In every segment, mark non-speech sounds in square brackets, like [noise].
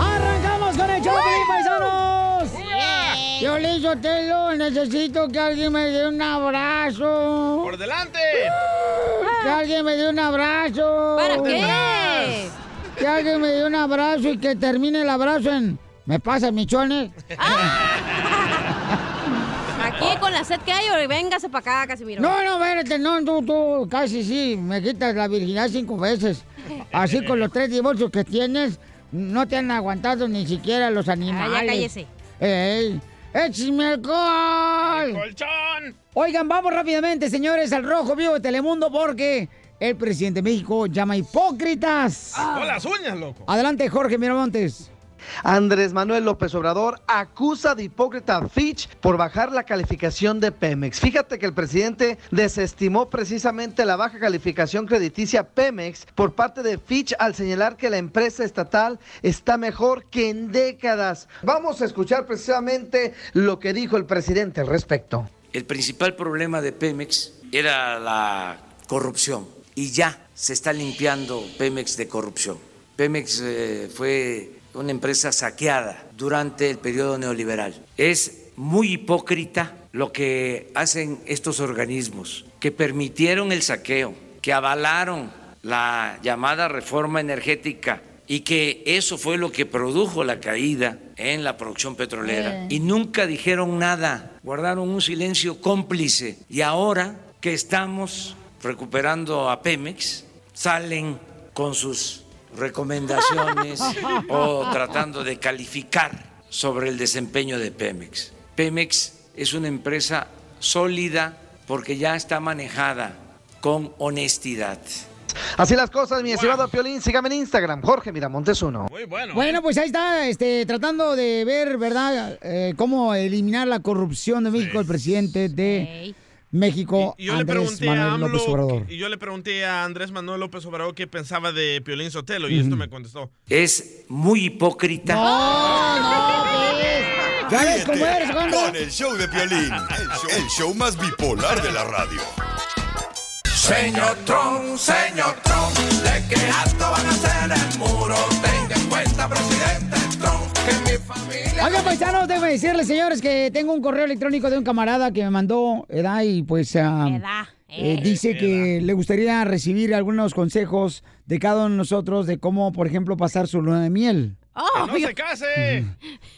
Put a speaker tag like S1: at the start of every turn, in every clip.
S1: ¡Arrancamos con el show, Piolín, paisanos! Piolín Sotelo, necesito que alguien me dé un abrazo.
S2: ¡Por delante!
S1: Que alguien me dé un abrazo.
S2: ¿Para qué?
S1: Que alguien me dé un abrazo y que termine el abrazo en... ¿Me pasa, michones?
S3: Aquí con la sed que hay, o véngase para acá, Casimiro.
S1: No, no, espérate, no, tú, tú, casi sí, me quitas la virginidad cinco veces. Así con los tres divorcios que tienes, no te han aguantado ni siquiera los animales.
S3: Ah, ya cállese.
S1: ¡Ey! ¡Échame alcohol!
S2: colchón!
S1: Oigan, vamos rápidamente, señores, al Rojo Vivo de Telemundo, porque el presidente de México llama hipócritas.
S2: ¡Con las uñas, loco!
S1: Adelante, Jorge Miramontes.
S4: Andrés Manuel López Obrador acusa de hipócrita a Fitch por bajar la calificación de Pemex. Fíjate que el presidente desestimó precisamente la baja calificación crediticia Pemex por parte de Fitch al señalar que la empresa estatal está mejor que en décadas. Vamos a escuchar precisamente lo que dijo el presidente al respecto.
S5: El principal problema de Pemex era la corrupción y ya se está limpiando Pemex de corrupción. Pemex eh, fue una empresa saqueada durante el periodo neoliberal. Es muy hipócrita lo que hacen estos organismos que permitieron el saqueo, que avalaron la llamada reforma energética y que eso fue lo que produjo la caída en la producción petrolera. Y nunca dijeron nada, guardaron un silencio cómplice. Y ahora que estamos recuperando a Pemex, salen con sus recomendaciones o tratando de calificar sobre el desempeño de Pemex. Pemex es una empresa sólida porque ya está manejada con honestidad.
S4: Así las cosas, mi estimado Piolín, sígame en Instagram, Jorge Miramontes uno.
S1: Bueno,
S2: ¿eh?
S1: pues ahí está, este, tratando de ver, ¿verdad?, Eh, cómo eliminar la corrupción de México, el presidente de México,
S2: Y yo le
S1: Andrés
S2: pregunté
S1: Manuel
S2: a AMLO
S1: López Obrador.
S2: y yo le pregunté a Andrés Manuel López Obrador qué pensaba de Piolín Sotelo y esto me contestó.
S5: Es muy hipócrita.
S1: ¿Sabes cómo
S6: Ríete
S1: eres, Juan?
S6: Con el show
S1: [laughs]
S6: de Piolín, el show, el show más bipolar de la radio. Señor Trump, señor Trump, ¿de qué acto van a hacer el muro? Tenga en cuenta, presidente Trump, que mi familia...
S1: Oigan, paisanos, déjenme decirles, señores, que tengo un correo electrónico de un camarada que me mandó, edad, y pues... ah,
S3: Edad,
S1: eh,
S3: eh.
S1: dice que le gustaría recibir algunos consejos de cada uno de nosotros de cómo, por ejemplo, pasar su luna de miel.
S3: Oh,
S2: ¡No se case!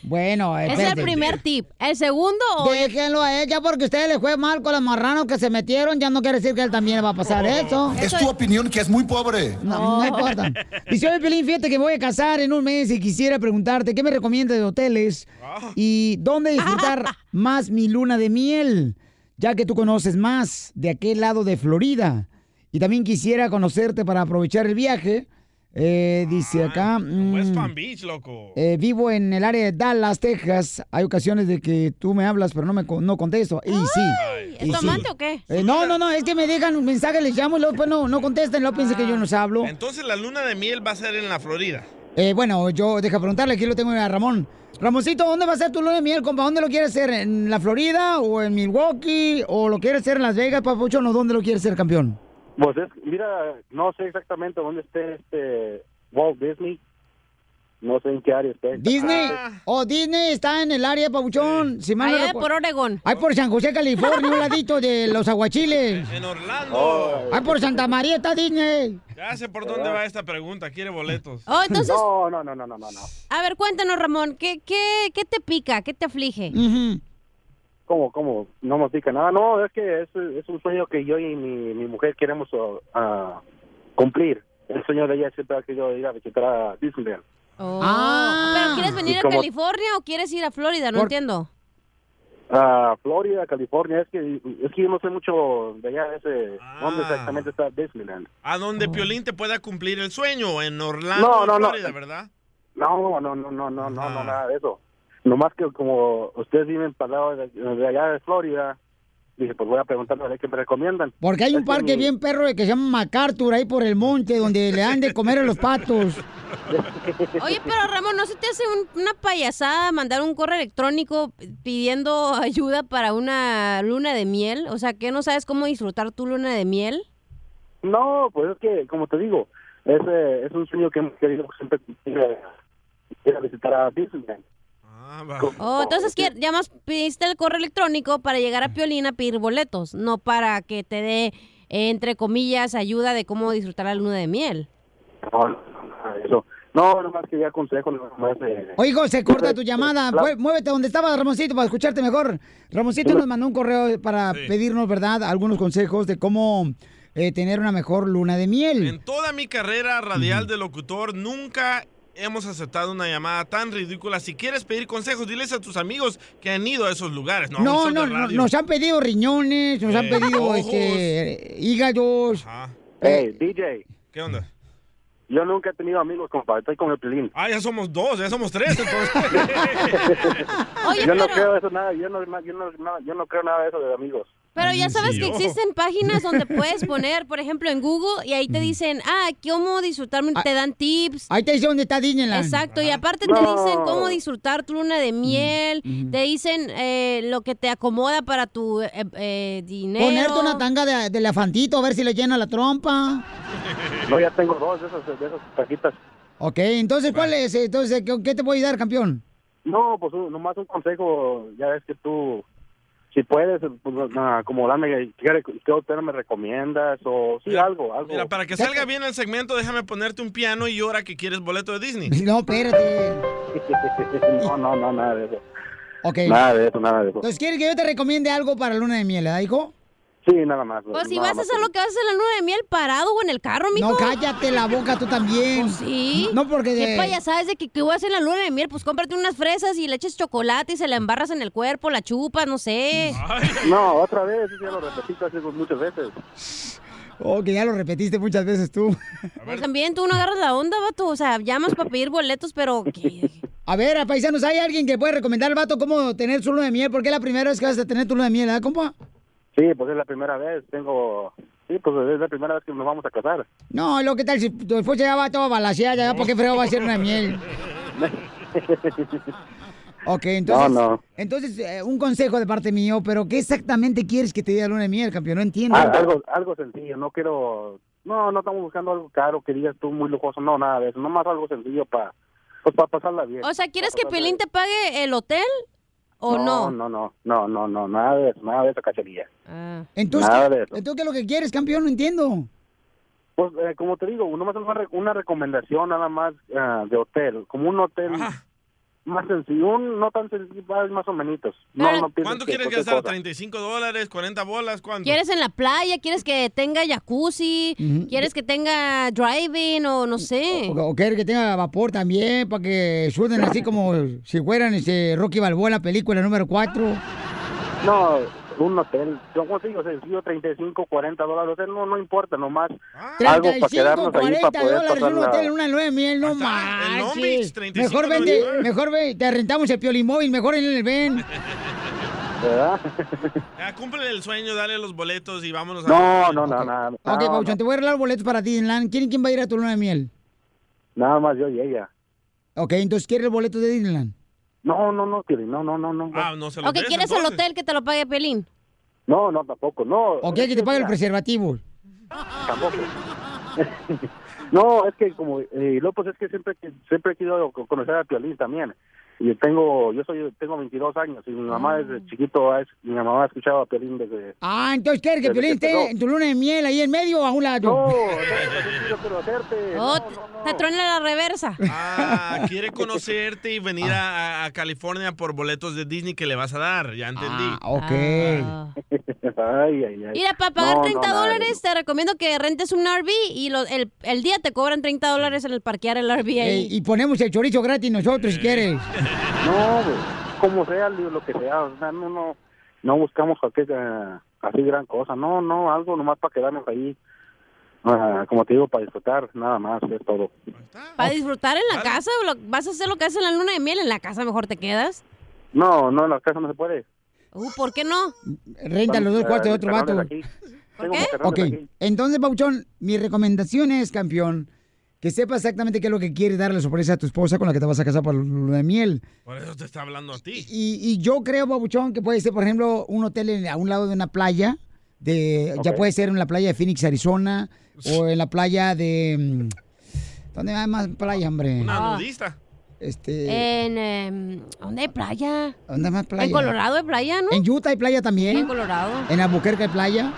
S1: Bueno,
S3: es el
S1: espérate.
S3: primer tip. ¿El segundo o
S1: Déjenlo a ella porque ustedes le fue mal con los marranos que se metieron. Ya no quiere decir que él también le va a
S3: Oh.
S1: pasar eso.
S6: Es tu opinión que es muy pobre.
S7: Oh.
S1: No, no [laughs] importa. Dice, oye, Pelín, fíjate que me voy a casar en un mes y quisiera preguntarte qué me recomiendas de hoteles
S2: Ah.
S1: y dónde disfrutar más mi luna de miel, ya que tú conoces más de aquel lado de Florida. Y también quisiera conocerte para aprovechar el viaje. Eh, dice acá...
S2: Ah, West
S1: mm,
S2: Palm Beach, loco.
S1: eh, vivo en el área de Dallas, Texas. Hay ocasiones de que tú me hablas, pero no me con- no contesto. Y sí.
S3: es
S1: y
S3: tu
S1: sí.
S3: amante o qué?
S1: Eh, no, no, no, es que me dejan un mensaje, les llamo y luego pues, no, no contestan, luego piensan que yo no hablo.
S2: Entonces la luna de miel va a ser en la Florida.
S1: Eh, bueno, yo, deja preguntarle, aquí lo tengo a Ramón. Ramoncito, ¿dónde va a ser tu luna de miel, compa? ¿Dónde lo quieres hacer? ¿En la Florida o en Milwaukee? ¿O lo quieres hacer en Las Vegas, papuchón? ¿O dónde lo quieres hacer, campeón?
S8: Pues es, mira, no sé exactamente dónde esté este Walt Disney. No sé en qué área Ah, está.
S1: ¿Disney? ¿O Disney está en el área, papuchón? Si mal no
S3: Ah. Allá
S1: recu-
S3: por Oregón.
S1: Ay, por San José, California, un ladito de los aguachiles.
S2: En Orlando.
S8: Oh.
S1: Ay, por Santa María está Disney.
S2: Ya sé por dónde va esta pregunta, quiere boletos.
S3: Oh, entonces,
S8: No, no, no, no, no, no, no.
S3: [laughs] a ver, cuéntanos, Ramón, ¿qué, qué, qué te pica? ¿Qué te aflige?
S1: Ujú.
S8: ¿Cómo, cómo? No me pica nada. No, es que es, es un sueño que yo y mi, mi mujer queremos oh, ah, cumplir. El sueño de ella siempre ha querido ir a visitar a Disneyland.
S3: Oh.
S1: Ah.
S3: ¿Pero quieres venir
S8: Y
S3: a
S8: como-
S3: California o quieres ir a Florida? No
S1: Por-
S3: entiendo.
S8: A Florida, California. Es que, es que yo no sé mucho de allá, de ese,
S2: Ah.
S8: dónde exactamente está Disneyland.
S2: A donde Piolín te pueda cumplir el sueño, en Orlando,
S8: No, no, no.
S2: Florida, ¿verdad?
S8: No, no, no, no, no, no,
S2: Ajá.
S8: no, nada de eso. Nomás que como ustedes viven para el lado de, de allá de Florida, dije, pues voy a preguntarle a ver qué me recomiendan.
S1: Porque hay un
S8: Es que
S1: parque
S8: mi-
S1: bien perro que se llama MacArthur ahí por el monte donde le han de comer a los patos.
S3: Oye, pero Ramón, ¿no se te hace un- una payasada mandar un correo electrónico pidiendo [laughs] ayuda para una luna de miel? O sea, ¿qué no sabes cómo disfrutar tu luna de miel?
S8: No, pues es que, como te digo, es, eh, es un sueño que hemos querido siempre eh, ir a visitar a Disneyland.
S3: Oh, entonces ¿qué? ya más pediste el correo electrónico para llegar a Piolín a pedir boletos, no para que te dé, eh, entre comillas, ayuda de cómo disfrutar la luna de miel.
S8: No, no, no, eso. No, nomás quería consejo, nomás. eh,
S1: Oigo, se corta tu llamada. Mue- Muévete donde estaba Ramoncito para escucharte mejor. Ramoncito nos mandó un correo para pedirnos, ¿verdad?, algunos consejos de cómo eh, tener una mejor luna de miel.
S2: Toda mi carrera radial de locutor nunca hemos aceptado una llamada tan ridícula. Si quieres pedir consejos, diles a tus amigos que han ido a esos lugares. No, a un
S1: No,
S2: show de
S1: no, no,
S2: radio.
S1: nos han pedido riñones, nos han
S2: Eh,
S1: pedido
S2: ojos.
S1: este, hígados.
S8: Hey, DJ.
S2: ¿Qué onda?
S8: Yo nunca he tenido amigos, compadre. Estoy con el pelín.
S2: Ah, ya somos dos, ya somos
S8: [laughs]
S2: tres, entonces.
S8: yo no creo eso nada. Yo no, yo, no, no, yo no creo nada de eso de amigos.
S3: Pero ya sabes
S8: sí,
S3: que
S1: oh.
S8: yo.
S3: existen
S1: [laughs]
S3: páginas donde puedes poner, por ejemplo, en Google y ahí te dicen, ah, cómo disfrutar,
S1: Ah.
S3: te dan tips.
S1: Ahí te dice dónde está Disneyland.
S3: Exacto, y aparte te
S1: No.
S3: dicen cómo disfrutar tu luna de miel, te dicen eh, lo que te acomoda para tu eh, eh, dinero.
S1: Ponerte una tanga de, de elefantito a ver si le llena la trompa.
S8: No, ya tengo dos de esas, de esas cajitas.
S1: Ok, entonces, ¿cuál es? Entonces, ¿qué, qué te voy a dar, campeón?
S8: No, pues un- nomás un consejo. Ya ves que tú, si puedes, pues, nada, como dame, ¿qué, qué hotel me recomiendas? O sí, algo, algo.
S2: Mira, para que salga bien el segmento, déjame ponerte un piano y llora que quieres boleto de Disney.
S1: No, espérate.
S8: [laughs] No, no, no, nada de eso.
S1: Ok.
S8: Nada de eso, nada de eso.
S1: Entonces, ¿quieres que yo te recomiende algo para luna de miel, ¿eh, hijo?
S8: Sí, nada más.
S3: Pues si
S8: nada
S3: vas a
S8: más.
S3: hacer lo que vas a hacer en la luna de miel parado o en el carro, mijo.
S1: No, cállate la boca tú también.
S3: Pues sí.
S1: No, porque de-
S3: Qué payasada de que, que voy a hacer en la luna de miel. Pues cómprate unas fresas y le eches chocolate y se la embarras en el cuerpo, la chupas, no sé.
S1: Ah,
S8: No, otra vez, ya lo repetiste hace muchas veces.
S1: Oh, que ya lo repetiste muchas veces tú.
S3: Pues también tú no agarras la onda, vato. O sea, llamas para pedir boletos, pero...
S1: [laughs]
S3: ¿qué?
S1: A ver, a paisanos, ¿hay alguien que puede recomendar al vato cómo tener su luna de miel? Porque es la primera vez que vas a tener tu luna de miel, ¿eh, compa?
S8: Sí, pues es la primera vez, tengo... Sí, pues es la primera vez que nos vamos a casar. [laughs]
S1: No, lo que tal si tu esposa ya va toda balaseada, ya por qué fregado va a ser una de miel. Ok, entonces.
S8: No, no.
S1: Entonces, eh, un consejo de parte mío, pero ¿qué exactamente quieres que te diga luna de miel, campeón? No entiendo.
S8: Ah, algo, algo sencillo, no quiero... No, no estamos buscando algo caro que digas tú muy lujoso, no, nada de eso. Nomás algo sencillo para pues, para pasarla bien.
S3: O sea, ¿quieres que
S8: Para pasarla
S3: Pelín te pague el hotel o
S8: bien.
S3: no?
S8: No, no, no, no, no, nada de eso, nada de esa cacería.
S1: Entonces,
S8: Nada
S1: ¿qué-
S8: de eso.
S1: entonces, ¿qué es lo que quieres, campeón? No entiendo.
S8: Pues eh, como te digo, nomás una, re- una recomendación nada más ah, de hotel, como un hotel... Más sencillo, un no tan sencillo, más o menos. No, no pienses
S2: ¿Cuánto
S8: que
S2: quieres
S8: cualquier
S2: gastar?
S8: cosa.
S2: ¿35 dólares? ¿40 bolas? ¿Cuánto?
S3: ¿Quieres en la playa? ¿Quieres que tenga jacuzzi?
S1: Ujú.
S3: ¿Quieres que tenga driving o no sé?
S1: O, o quieres que tenga vapor también, para que suden así como si fueran ese Rocky Balboa, la película número 4.
S8: No, un hotel. Yo como te digo, sencillo, 35, 40 dólares. O sea, no, no importa, nomás algo para quedarnos ahí para poder
S1: dólares
S8: pasar
S1: un hotel en
S8: la...
S1: una nueve miel, no
S2: Long
S1: manches.
S2: Beach, 35
S1: Mejor vente,
S2: dólares.
S1: mejor ve, te rentamos el piolimóvil, mejor en el
S8: [laughs]
S1: ven.
S8: ¿Verdad?
S2: Ya, cúmplele el sueño, dale los boletos y vámonos a...
S8: No, no, no, nada.
S1: ok,
S8: no,
S1: Pauchón, te voy a arreglar boletos para Disneyland. ¿Quién, ¿Quién va a ir a tu luna de miel?
S8: Nada más yo y ella.
S1: Ok, entonces ¿quieres el boleto de Disneyland?
S8: No, no, no, Piolín, no, no, no, no.
S2: Ah, no se
S3: Ok, ¿quieres el hotel que te lo pague Pelín?
S8: No, no, tampoco, no.
S1: Ok, que te pague el preservativo.
S8: Tampoco. [laughs] no, es que como... Eh, y luego, pues es que siempre, que- siempre he querido co- conocer a Piolín también. Y tengo, yo soy, tengo 22 años y mi
S3: Ah.
S8: mamá desde chiquito, ha- mi mamá ha escuchado a Piolín desde...
S1: Ah, entonces ¿quieres que
S8: Desde
S1: Piolín
S8: que
S1: esté
S8: empezó.
S1: en tu luna de miel ahí en medio o a un lado?
S8: No, yo quiero hacerte.
S3: Oh, te truena la reversa.
S2: Ah, quiere conocerte y venir
S3: Ah.
S2: a, a- a California por boletos de Disney que le vas a dar, ya entendí.
S3: Ah,
S2: Ah.
S1: ok.
S8: [laughs] ay, ay, ay.
S3: Mira, para pagar 30 dólares te recomiendo que rentes un RV y lo- el, el día te cobran 30 dólares en el parquear el RV
S1: Eh,
S3: ahí.
S1: y ponemos el chorizo gratis nosotros si quieres.
S8: No, güey, como sea, digo, lo que sea, o sea, no, no, no buscamos cualquier eh, así gran cosa, no, no, algo nomás para quedarnos ahí, ah, como te digo, para disfrutar, nada más, es todo.
S3: Para disfrutar en la casa, lo- vas a hacer lo que haces en la luna de miel, en la casa mejor te quedas.
S8: No, no, en la casa no se puede. Ah,
S3: Uh, ¿por qué no?
S1: Renta los
S8: Eh,
S1: dos cuartos de otro vato.
S3: ¿Por qué?
S1: Ok, entonces, Pauchón, mi recomendación es, campeón, que sepa exactamente qué es lo que quiere darle sorpresa a tu esposa con la que te vas a casar por luna de miel.
S2: Por eso te está hablando a ti.
S1: Y, y yo creo, Babuchón, que puede ser, por ejemplo, un hotel en- a un lado de una playa. De, Ya
S9: Ok.
S1: puede ser en la playa de Phoenix, Arizona.
S2: [laughs]
S1: O en la playa de. mm, ¿Dónde hay más playa, hombre?
S3: Una
S2: nudista.
S1: Este,
S3: En, em, ¿Dónde hay playa?
S1: ¿Dónde hay más playa?
S3: En Colorado hay playa, ¿no?
S1: En Utah hay playa también.
S3: En Colorado.
S1: En Albuquerque hay playa.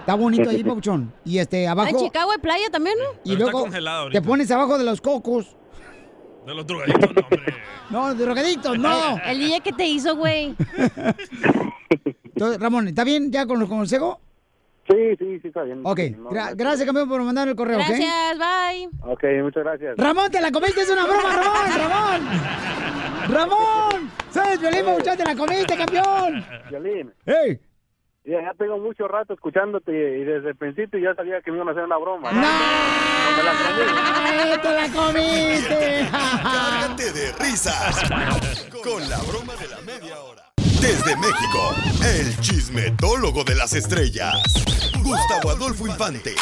S1: Está bonito ahí, Babuchón. Y este,
S3: Ah, En
S1: abajo.
S3: Chicago hay playa también, ¿no?
S1: Y luego te pones abajo de los cocos.
S2: De los drogadictos, no, hombre.
S1: [laughs] No, drogadictos, no.
S3: El día que te hizo,
S1: [laughs]
S3: güey.
S1: Entonces, Ramón, ¿está bien ya con los consejos?
S8: Sí, sí, sí, está bien.
S1: Ok,
S8: No,
S1: gra- gracias, campeón, por mandar el correo, ¿ok?
S3: Gracias, bye.
S8: Ok, muchas gracias.
S1: Ramón, te la comiste, es una broma, Ramón, Ramón. Ramón, ¿sabes, Violín, muchacho, te la comiste, campeón?
S8: Violín,
S1: ¡Ey!
S8: ya, ya tengo mucho rato escuchándote y desde el principio ya sabía que me iban a hacer una broma.
S1: ¡Ay, te la comiste!
S6: Cárgate de risas con la broma de la media hora. Desde México, el chismetólogo de las estrellas, Gustavo Adolfo Infante.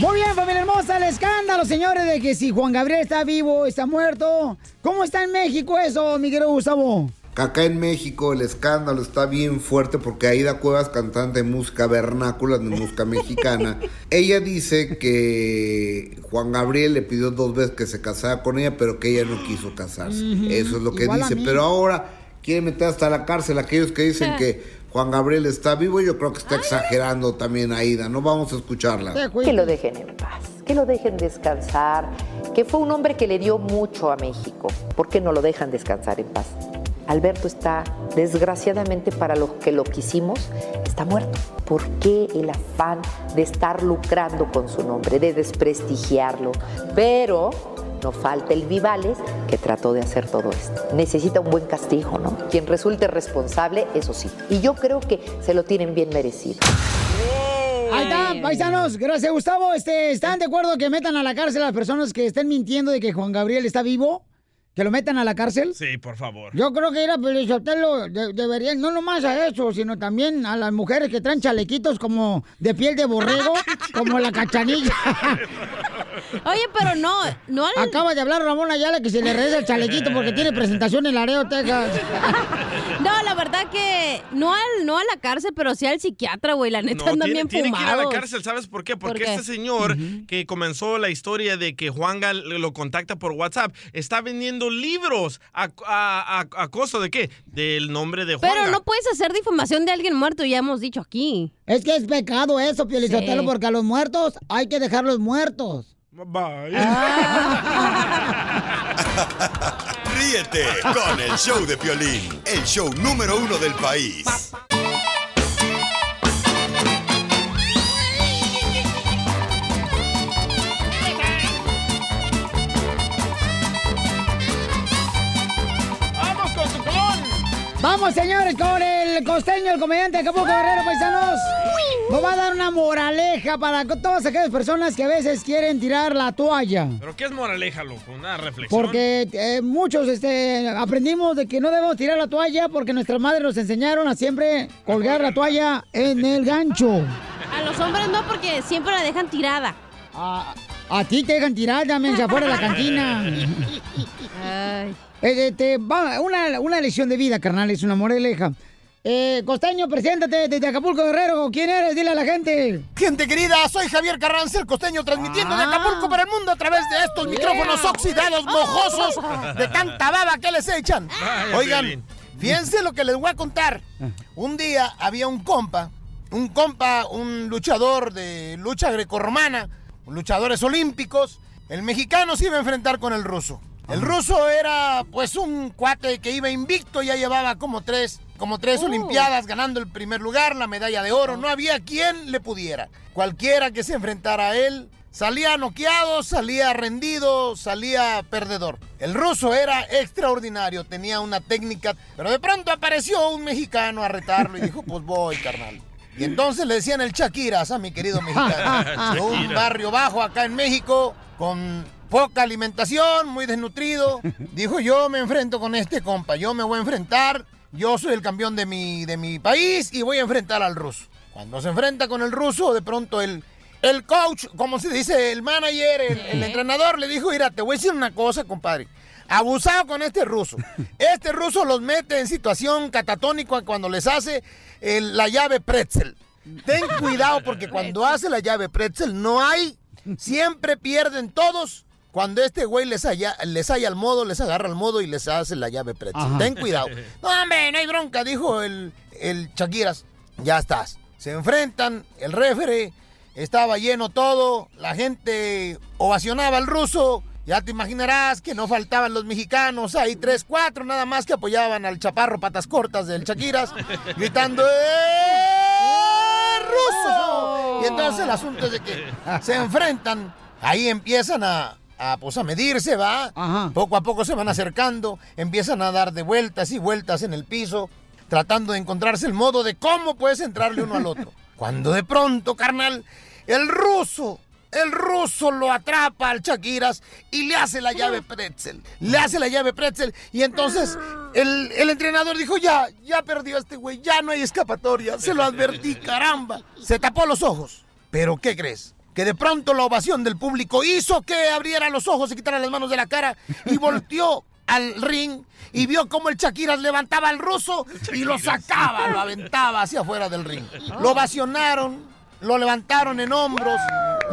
S1: Muy bien, familia hermosa, el escándalo, señores, de que si Juan Gabriel está vivo, está muerto. ¿Cómo está en México eso, mi querido Gustavo?
S10: Acá en México el escándalo está bien fuerte porque Aida Cuevas, cantante de música vernácula, de música
S5: [laughs]
S10: mexicana, ella dice que Juan Gabriel le pidió dos veces que se casara con ella, pero que ella no quiso casarse.
S5: Ujú,
S10: Eso es lo que
S5: igual a
S10: dice.
S5: mí.
S10: Pero ahora quiere meter hasta la cárcel a aquellos que
S5: [laughs]
S10: dicen que Juan Gabriel está vivo. Yo creo que está exagerando también Aida. No vamos a escucharla.
S11: Que lo dejen en paz, que lo dejen descansar, que fue un hombre que le dio mucho a México. ¿Por qué no lo dejan descansar en paz? Alberto está, desgraciadamente para los que lo quisimos, está muerto. ¿Por qué el afán de estar lucrando con su nombre, de desprestigiarlo? Pero no falta el Vivales que trató de hacer todo esto. Necesita un buen castigo, ¿no? Quien resulte responsable, eso sí. Y yo creo que se lo tienen bien merecido.
S1: Ahí está, paisanos. Gracias, Gustavo. Este, ¿Están de acuerdo que metan a la cárcel a las personas que estén mintiendo de que Juan Gabriel está vivo? ¿Que lo metan a la cárcel?
S2: Sí, por favor.
S1: Yo creo que ir a Pelizotelo de, debería, no nomás a eso, sino también a las mujeres que traen chalequitos como de piel de
S3: [laughs]
S1: borrego, como la cachanilla.
S3: Oye, pero no, no
S1: Acaba de hablar Ramón Ayala que se le regresa el chalequito porque tiene presentación en Laredo, Texas.
S3: [laughs] No, la verdad que no al no a la cárcel, pero sí al psiquiatra, güey. La neta
S2: No,
S3: andan
S2: tiene,
S3: bien
S2: tiene que ir a la
S3: fumados.
S2: cárcel, ¿sabes por qué? Porque
S3: qué?
S2: este señor que comenzó la historia de que Juanga le- lo contacta por WhatsApp está vendiendo libros a, a, a- a costa de qué? Del nombre de Juanga.
S3: Pero no puedes hacer difamación de alguien muerto, ya hemos dicho aquí.
S1: Es que es pecado eso, Pielizotelo,
S3: Sí.
S1: porque a los muertos hay que dejarlos muertos.
S3: Ah.
S6: Ríete con el show de Piolín, el show número uno del país.
S2: [laughs] ¡Vamos con tu clon!
S1: Vamos, señores, con el costeño, el comediante Acapulco Guerrero, paisanos. Nos va a dar una moraleja para co- todas aquellas personas que a veces quieren tirar la toalla.
S2: ¿Pero qué es moraleja, loco? Una reflexión.
S1: Porque eh, muchos este, aprendimos de que no debemos tirar la toalla porque nuestras madres nos enseñaron a siempre colgar la toalla en el gancho.
S3: A los hombres no, porque siempre la dejan tirada.
S1: Ah. A ti te dejan tirada, mensa, afuera de la cantina. Eh, este, va, una, una lección de vida, carnal, es una moraleja. Eh, costeño, preséntate desde Acapulco, Guerrero. ¿Quién eres? Dile a la gente.
S7: Gente querida, soy Javier Carranza, el costeño, transmitiendo de Acapulco para el mundo a través de estos micrófonos oxidados, mojosos, de tanta baba que les echan.
S12: Vaya,
S7: Oigan,
S12: Piolín.
S7: fíjense lo que les voy a contar. Un día había un compa, un compa, un luchador de lucha grecorromana, luchadores olímpicos. El mexicano se iba a enfrentar con el ruso. El ruso era pues un cuate que iba invicto, ya llevaba como tres, como tres
S12: Uh.
S7: olimpiadas ganando el primer lugar, la medalla de
S12: Ah.
S7: oro. No había quien le pudiera. Cualquiera que se enfrentara a él salía noqueado, salía rendido, salía perdedor. El ruso era extraordinario, tenía una técnica, pero de pronto apareció un mexicano a retarlo y dijo, pues voy, carnal. Y entonces le decían el Chaquiras a mi querido mexicano. De un
S12: Shakira.
S7: barrio bajo acá en México, con poca alimentación, muy desnutrido. Dijo, yo me enfrento con este compa, yo me voy a enfrentar, Yo soy el campeón de mi, de mi país y voy a enfrentar al ruso. Cuando se enfrenta con el ruso, de pronto el, el coach, como se dice, el manager, el, el entrenador, le dijo, mira, te voy a decir una cosa, compadre. Abusado con este ruso. Este ruso los mete en situación catatónica cuando les hace el- la llave pretzel. Ten cuidado porque cuando hace la llave pretzel no hay, siempre pierden todos. Cuando este güey les halla, les halla al modo, les agarra al modo y les hace la llave pretzel.
S9: Ajá.
S7: Ten cuidado. No, hombre, no hay bronca, dijo el, el Shakiras. Ya estás. Se enfrentan, el refere, estaba lleno todo, la gente ovacionaba al ruso. Ya te imaginarás que no faltaban los mexicanos, ahí tres, cuatro nada más que apoyaban al chaparro patas cortas del Shakiras, gritando ¡Eh, ruso! Y entonces el asunto es de que se enfrentan, ahí empiezan a, a, pues, a medirse, ¿va? Poco a poco se van acercando, empiezan a dar de vueltas y vueltas en el piso, tratando de encontrarse el modo de cómo puedes entrarle uno al otro. Cuando de pronto, carnal, el ruso, el ruso lo atrapa al Shakiras y le hace la llave pretzel. Le hace la llave pretzel y entonces el, el entrenador dijo, ya, ya perdió este güey, ya no hay escapatoria, se lo advertí, caramba. Se tapó los ojos. Pero ¿qué crees? Que de pronto la ovación del público hizo que abriera los ojos y quitara las manos de la cara y volteó al ring y vio cómo el Shakira levantaba al ruso y lo sacaba, lo aventaba hacia afuera del ring. [laughs] Lo ovacionaron, lo levantaron en hombros,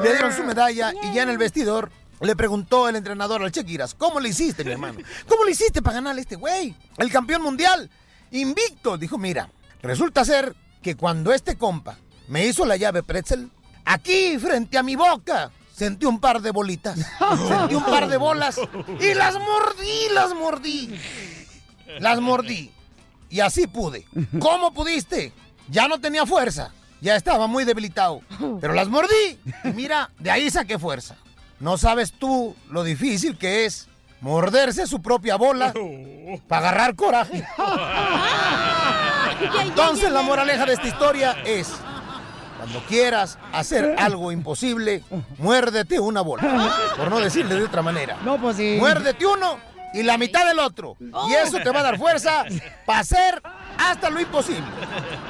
S7: le dieron su medalla y ya en el vestidor le preguntó el entrenador al Shakiras, ¿cómo le hiciste, mi hermano? ¿Cómo le hiciste para ganarle a este güey? El campeón mundial, invicto, dijo, mira, resulta ser que cuando este compa me hizo la llave pretzel, aquí frente a mi boca sentí un par de bolitas, sentí un par de bolas y las mordí, las mordí, las mordí. Y así pude. ¿Cómo pudiste? Ya no tenía fuerza. Ya estaba muy debilitado. Pero las mordí. Y mira, de ahí saqué fuerza. No sabes tú lo difícil que es morderse su propia bola para agarrar coraje. Entonces la moraleja de esta historia es, cuando quieras hacer algo imposible, muérdete una bola. Por no decirle de otra manera.
S1: No, pues sí.
S7: Muérdete uno y la mitad del otro.
S1: Oh.
S7: Y eso te va a dar fuerza para hacer hasta lo imposible.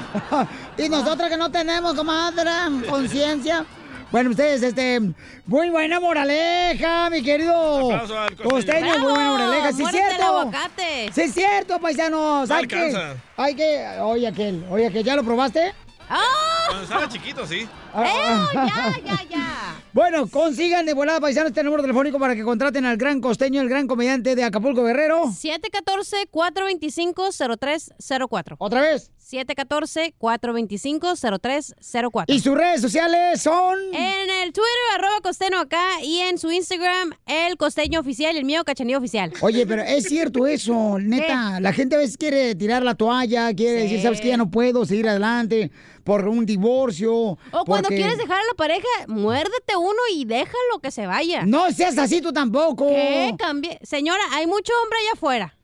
S1: [laughs] y nosotros que no tenemos, comadre, conciencia. Bueno, ustedes, este, muy buena moraleja, mi querido.
S9: Aplauso al costeño.
S1: Costeño, muy buena
S9: Bravo,
S1: moraleja, sí es
S9: muérdete el
S1: cierto.
S9: aguacate.
S1: Sí es cierto, paisanos.
S2: No
S1: hay que,
S2: alcanza.
S1: hay que, oye aquel, oye aquel, ¿ya lo
S9: ¡Eh,
S1: probaste? Ah,
S2: Cuando
S3: Ah.
S2: estaba chiquito, sí.
S1: ya, ya, ya! Bueno, consigan de volada, paisanos, este número telefónico para que contraten al gran costeño, el gran comediante de Acapulco Guerrero.
S3: 714-425-0304.
S1: ¿Otra vez?
S3: 714-425-0304.
S1: ¿Y sus redes sociales son?
S3: En el Twitter, arroba costeño acá, y en su Instagram, el costeño oficial, el mío, cachanillo oficial.
S1: Oye, pero es cierto eso, neta. La gente a veces quiere tirar la toalla, quiere decir, ¿sabes qué? Ya no puedo seguir adelante por un divorcio. O
S3: O cuando quieres dejar a la pareja, muérdete uno y déjalo que se vaya.
S1: No seas así tú tampoco.
S3: ¿Qué? Cambie- Señora, hay mucho hombre allá afuera.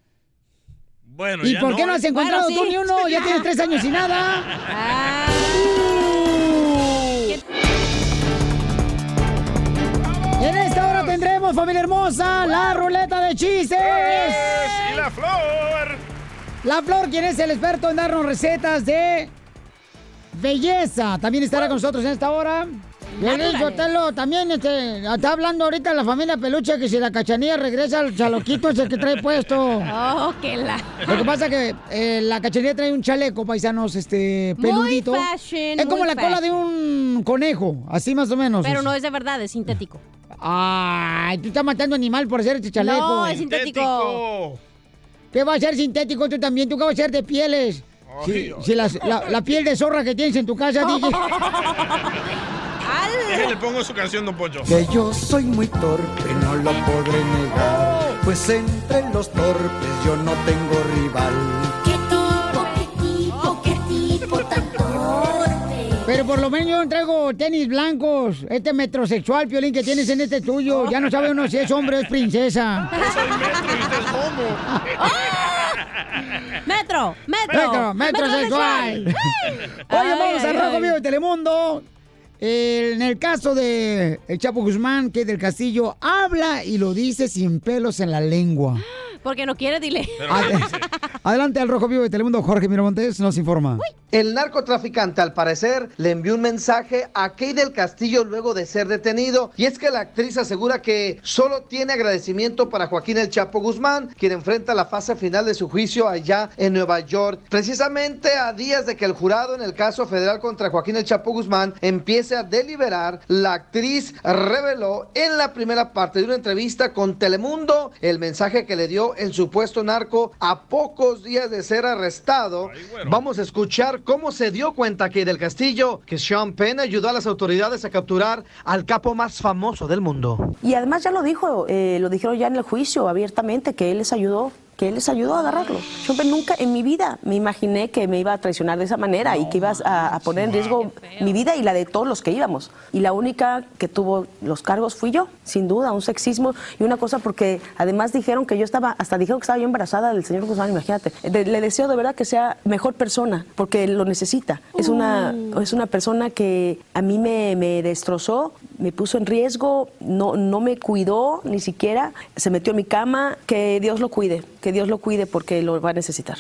S2: Bueno,
S1: ¿Y
S2: ya
S1: por qué no
S2: ¿eh?
S1: has encontrado
S3: Bueno, sí.
S1: tú ni uno? Ya
S3: [laughs]
S1: tienes tres años y nada. En esta hora tendremos, familia hermosa, la ruleta de chistes.
S9: ¡Y la flor!
S1: La Flor, quien es el experto en darnos recetas de belleza, también estará con nosotros en esta hora.
S9: Ándale.
S1: Violín Sotelo, también este, está hablando ahorita la familia Peluche que si la cachanilla regresa al chaloquito es el que trae puesto.
S3: Oh, que la.
S1: Lo que pasa que eh, la cachanilla trae un chaleco, paisanos, este,
S3: Muy
S1: peludito.
S3: fashion,
S1: es como
S3: muy
S1: la cola de un conejo, así más o menos.
S3: Pero no es de verdad,
S1: [laughs]
S3: es sintético.
S1: Ay, tú estás matando animal por hacer este chaleco.
S3: No, es sintético. Sintético.
S1: ¿Qué va a ser sintético tú también? ¿Tú qué vas a hacer de pieles? Si, si las- la, la piel de zorra que tienes en tu casa, DJ.
S3: [laughs]
S2: Déjenle, pongo su canción, Don Poncho.
S5: Que yo soy muy torpe, no lo podré negar. Pues entre los torpes yo no tengo rival.
S9: ¡Qué tipo, qué tipo, qué tipo tan torpe!
S1: Pero por lo menos yo no traigo tenis blancos. Este metrosexual, Piolín, que tienes en este tuyo. Ya no sabe uno si es hombre o es princesa.
S3: Metro,
S1: Metro,
S3: metro.
S1: metrosexual. [laughs] Oye, vamos al Rojo Vivo de Telemundo. Eh, en el caso de el Chapo Guzmán, que del Castillo
S3: [gasps]
S1: habla y lo dice sin pelos en la lengua.
S3: Porque no quiere, dile.
S1: Ad- Adelante al Rojo Vivo de Telemundo, Jorge Miramontes nos informa.
S4: El narcotraficante, al parecer, le envió un mensaje a Kay del Castillo luego de ser detenido. Y es que la actriz asegura que solo tiene agradecimiento para Joaquín El Chapo Guzmán, quien enfrenta la fase final de su juicio allá en Nueva York. Precisamente a días de que el jurado en el caso federal contra Joaquín El Chapo Guzmán empiece a deliberar, la actriz reveló en la primera parte de una entrevista con Telemundo el mensaje que le dio el supuesto narco a pocos días de ser arrestado. Vamos a escuchar cómo se dio cuenta que del Castillo, que Sean Penn ayudó a las autoridades a capturar al capo más famoso del mundo.
S12: Y además ya lo dijo, eh, lo dijeron ya en el juicio abiertamente, que él les ayudó, que él les ayudó a agarrarlo. Yo pe- nunca en mi vida me imaginé que me iba a traicionar de esa manera y que ibas a, a poner en riesgo mi vida y la de todos los que íbamos. Y la única que tuvo los cargos fui yo, sin duda, un sexismo y una cosa porque además dijeron que yo estaba, hasta dijeron que estaba yo embarazada del señor Guzmán, imagínate. De- le deseo de verdad que sea mejor persona porque lo necesita. Es una,
S13: Mm.
S12: es una persona que a mí me, me destrozó, me puso en riesgo, no, no me cuidó ni siquiera, se metió en mi cama. Que Dios lo cuide, que Dios lo cuide porque lo va a necesitar.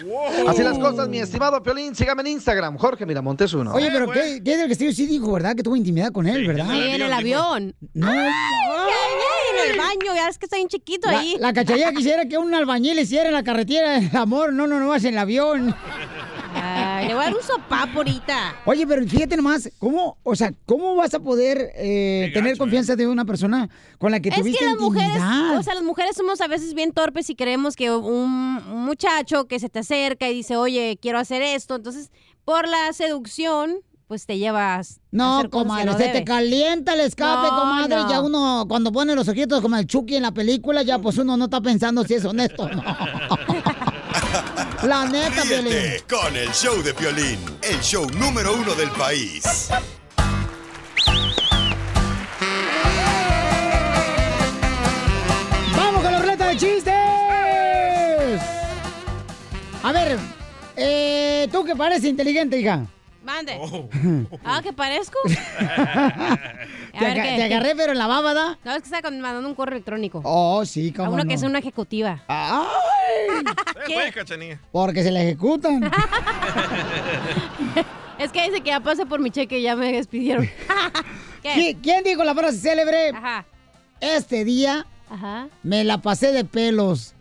S4: Así las cosas, mi estimado Piolín. Sígame en Instagram, Jorge Miramontes uno.
S1: Oye, pero ¿qué, qué del Castillo sí dijo, ¿verdad? Que tuvo intimidad con él, ¿verdad?
S3: Sí, en el avión.
S1: No.
S3: Ay, en el baño, ya ves que está bien chiquito
S1: La,
S3: ahí.
S1: la
S3: [laughs]
S1: cachanilla quisiera que un albañil hiciera en la carretera, amor, no, no, no vas en el avión.
S3: Ay, le voy a dar un sopapo ahorita.
S1: Oye, pero fíjate nomás, ¿cómo, o sea, cómo vas a poder eh, tener confianza de una persona con la que
S3: es
S1: tuviste
S3: que las mujeres,
S1: intimidad?
S3: o sea, las mujeres somos a veces bien torpes y creemos que un un muchacho que se te acerca y dice, oye, quiero hacer esto, entonces por la seducción, pues te llevas. a
S1: no,
S3: hacer cosas que
S1: comadre,
S3: no
S1: se te
S3: debes.
S1: calienta el escape,
S3: No,
S1: comadre.
S3: no.
S1: Ya uno, cuando pone los ojitos como el Chucky en la película, ya pues uno no está pensando si es honesto
S3: [laughs]
S1: o no. la neta, Piolín.
S6: Ríete con el show de Piolín, el show número uno del país. [laughs]
S1: ¡Vamos con la ruleta de chistes! A ver, eh, tú que pareces inteligente, hija.
S3: Mande. [laughs] Ah, que parezco.
S1: Te, aga- te agarré, pero en la bábada.
S3: No, es que está con- mandando un correo electrónico.
S1: Oh, sí,
S3: a
S1: cómo
S3: uno
S1: no.
S3: que es una ejecutiva. [laughs]
S1: ¡Ay! Porque se la ejecutan.
S3: Es que dice que ya pasé por mi cheque y ya me
S1: [laughs]
S3: despidieron.
S1: ¿Qui- ¿Quién dijo la frase célebre? Este día
S3: Ajá.
S1: me la pasé de pelos.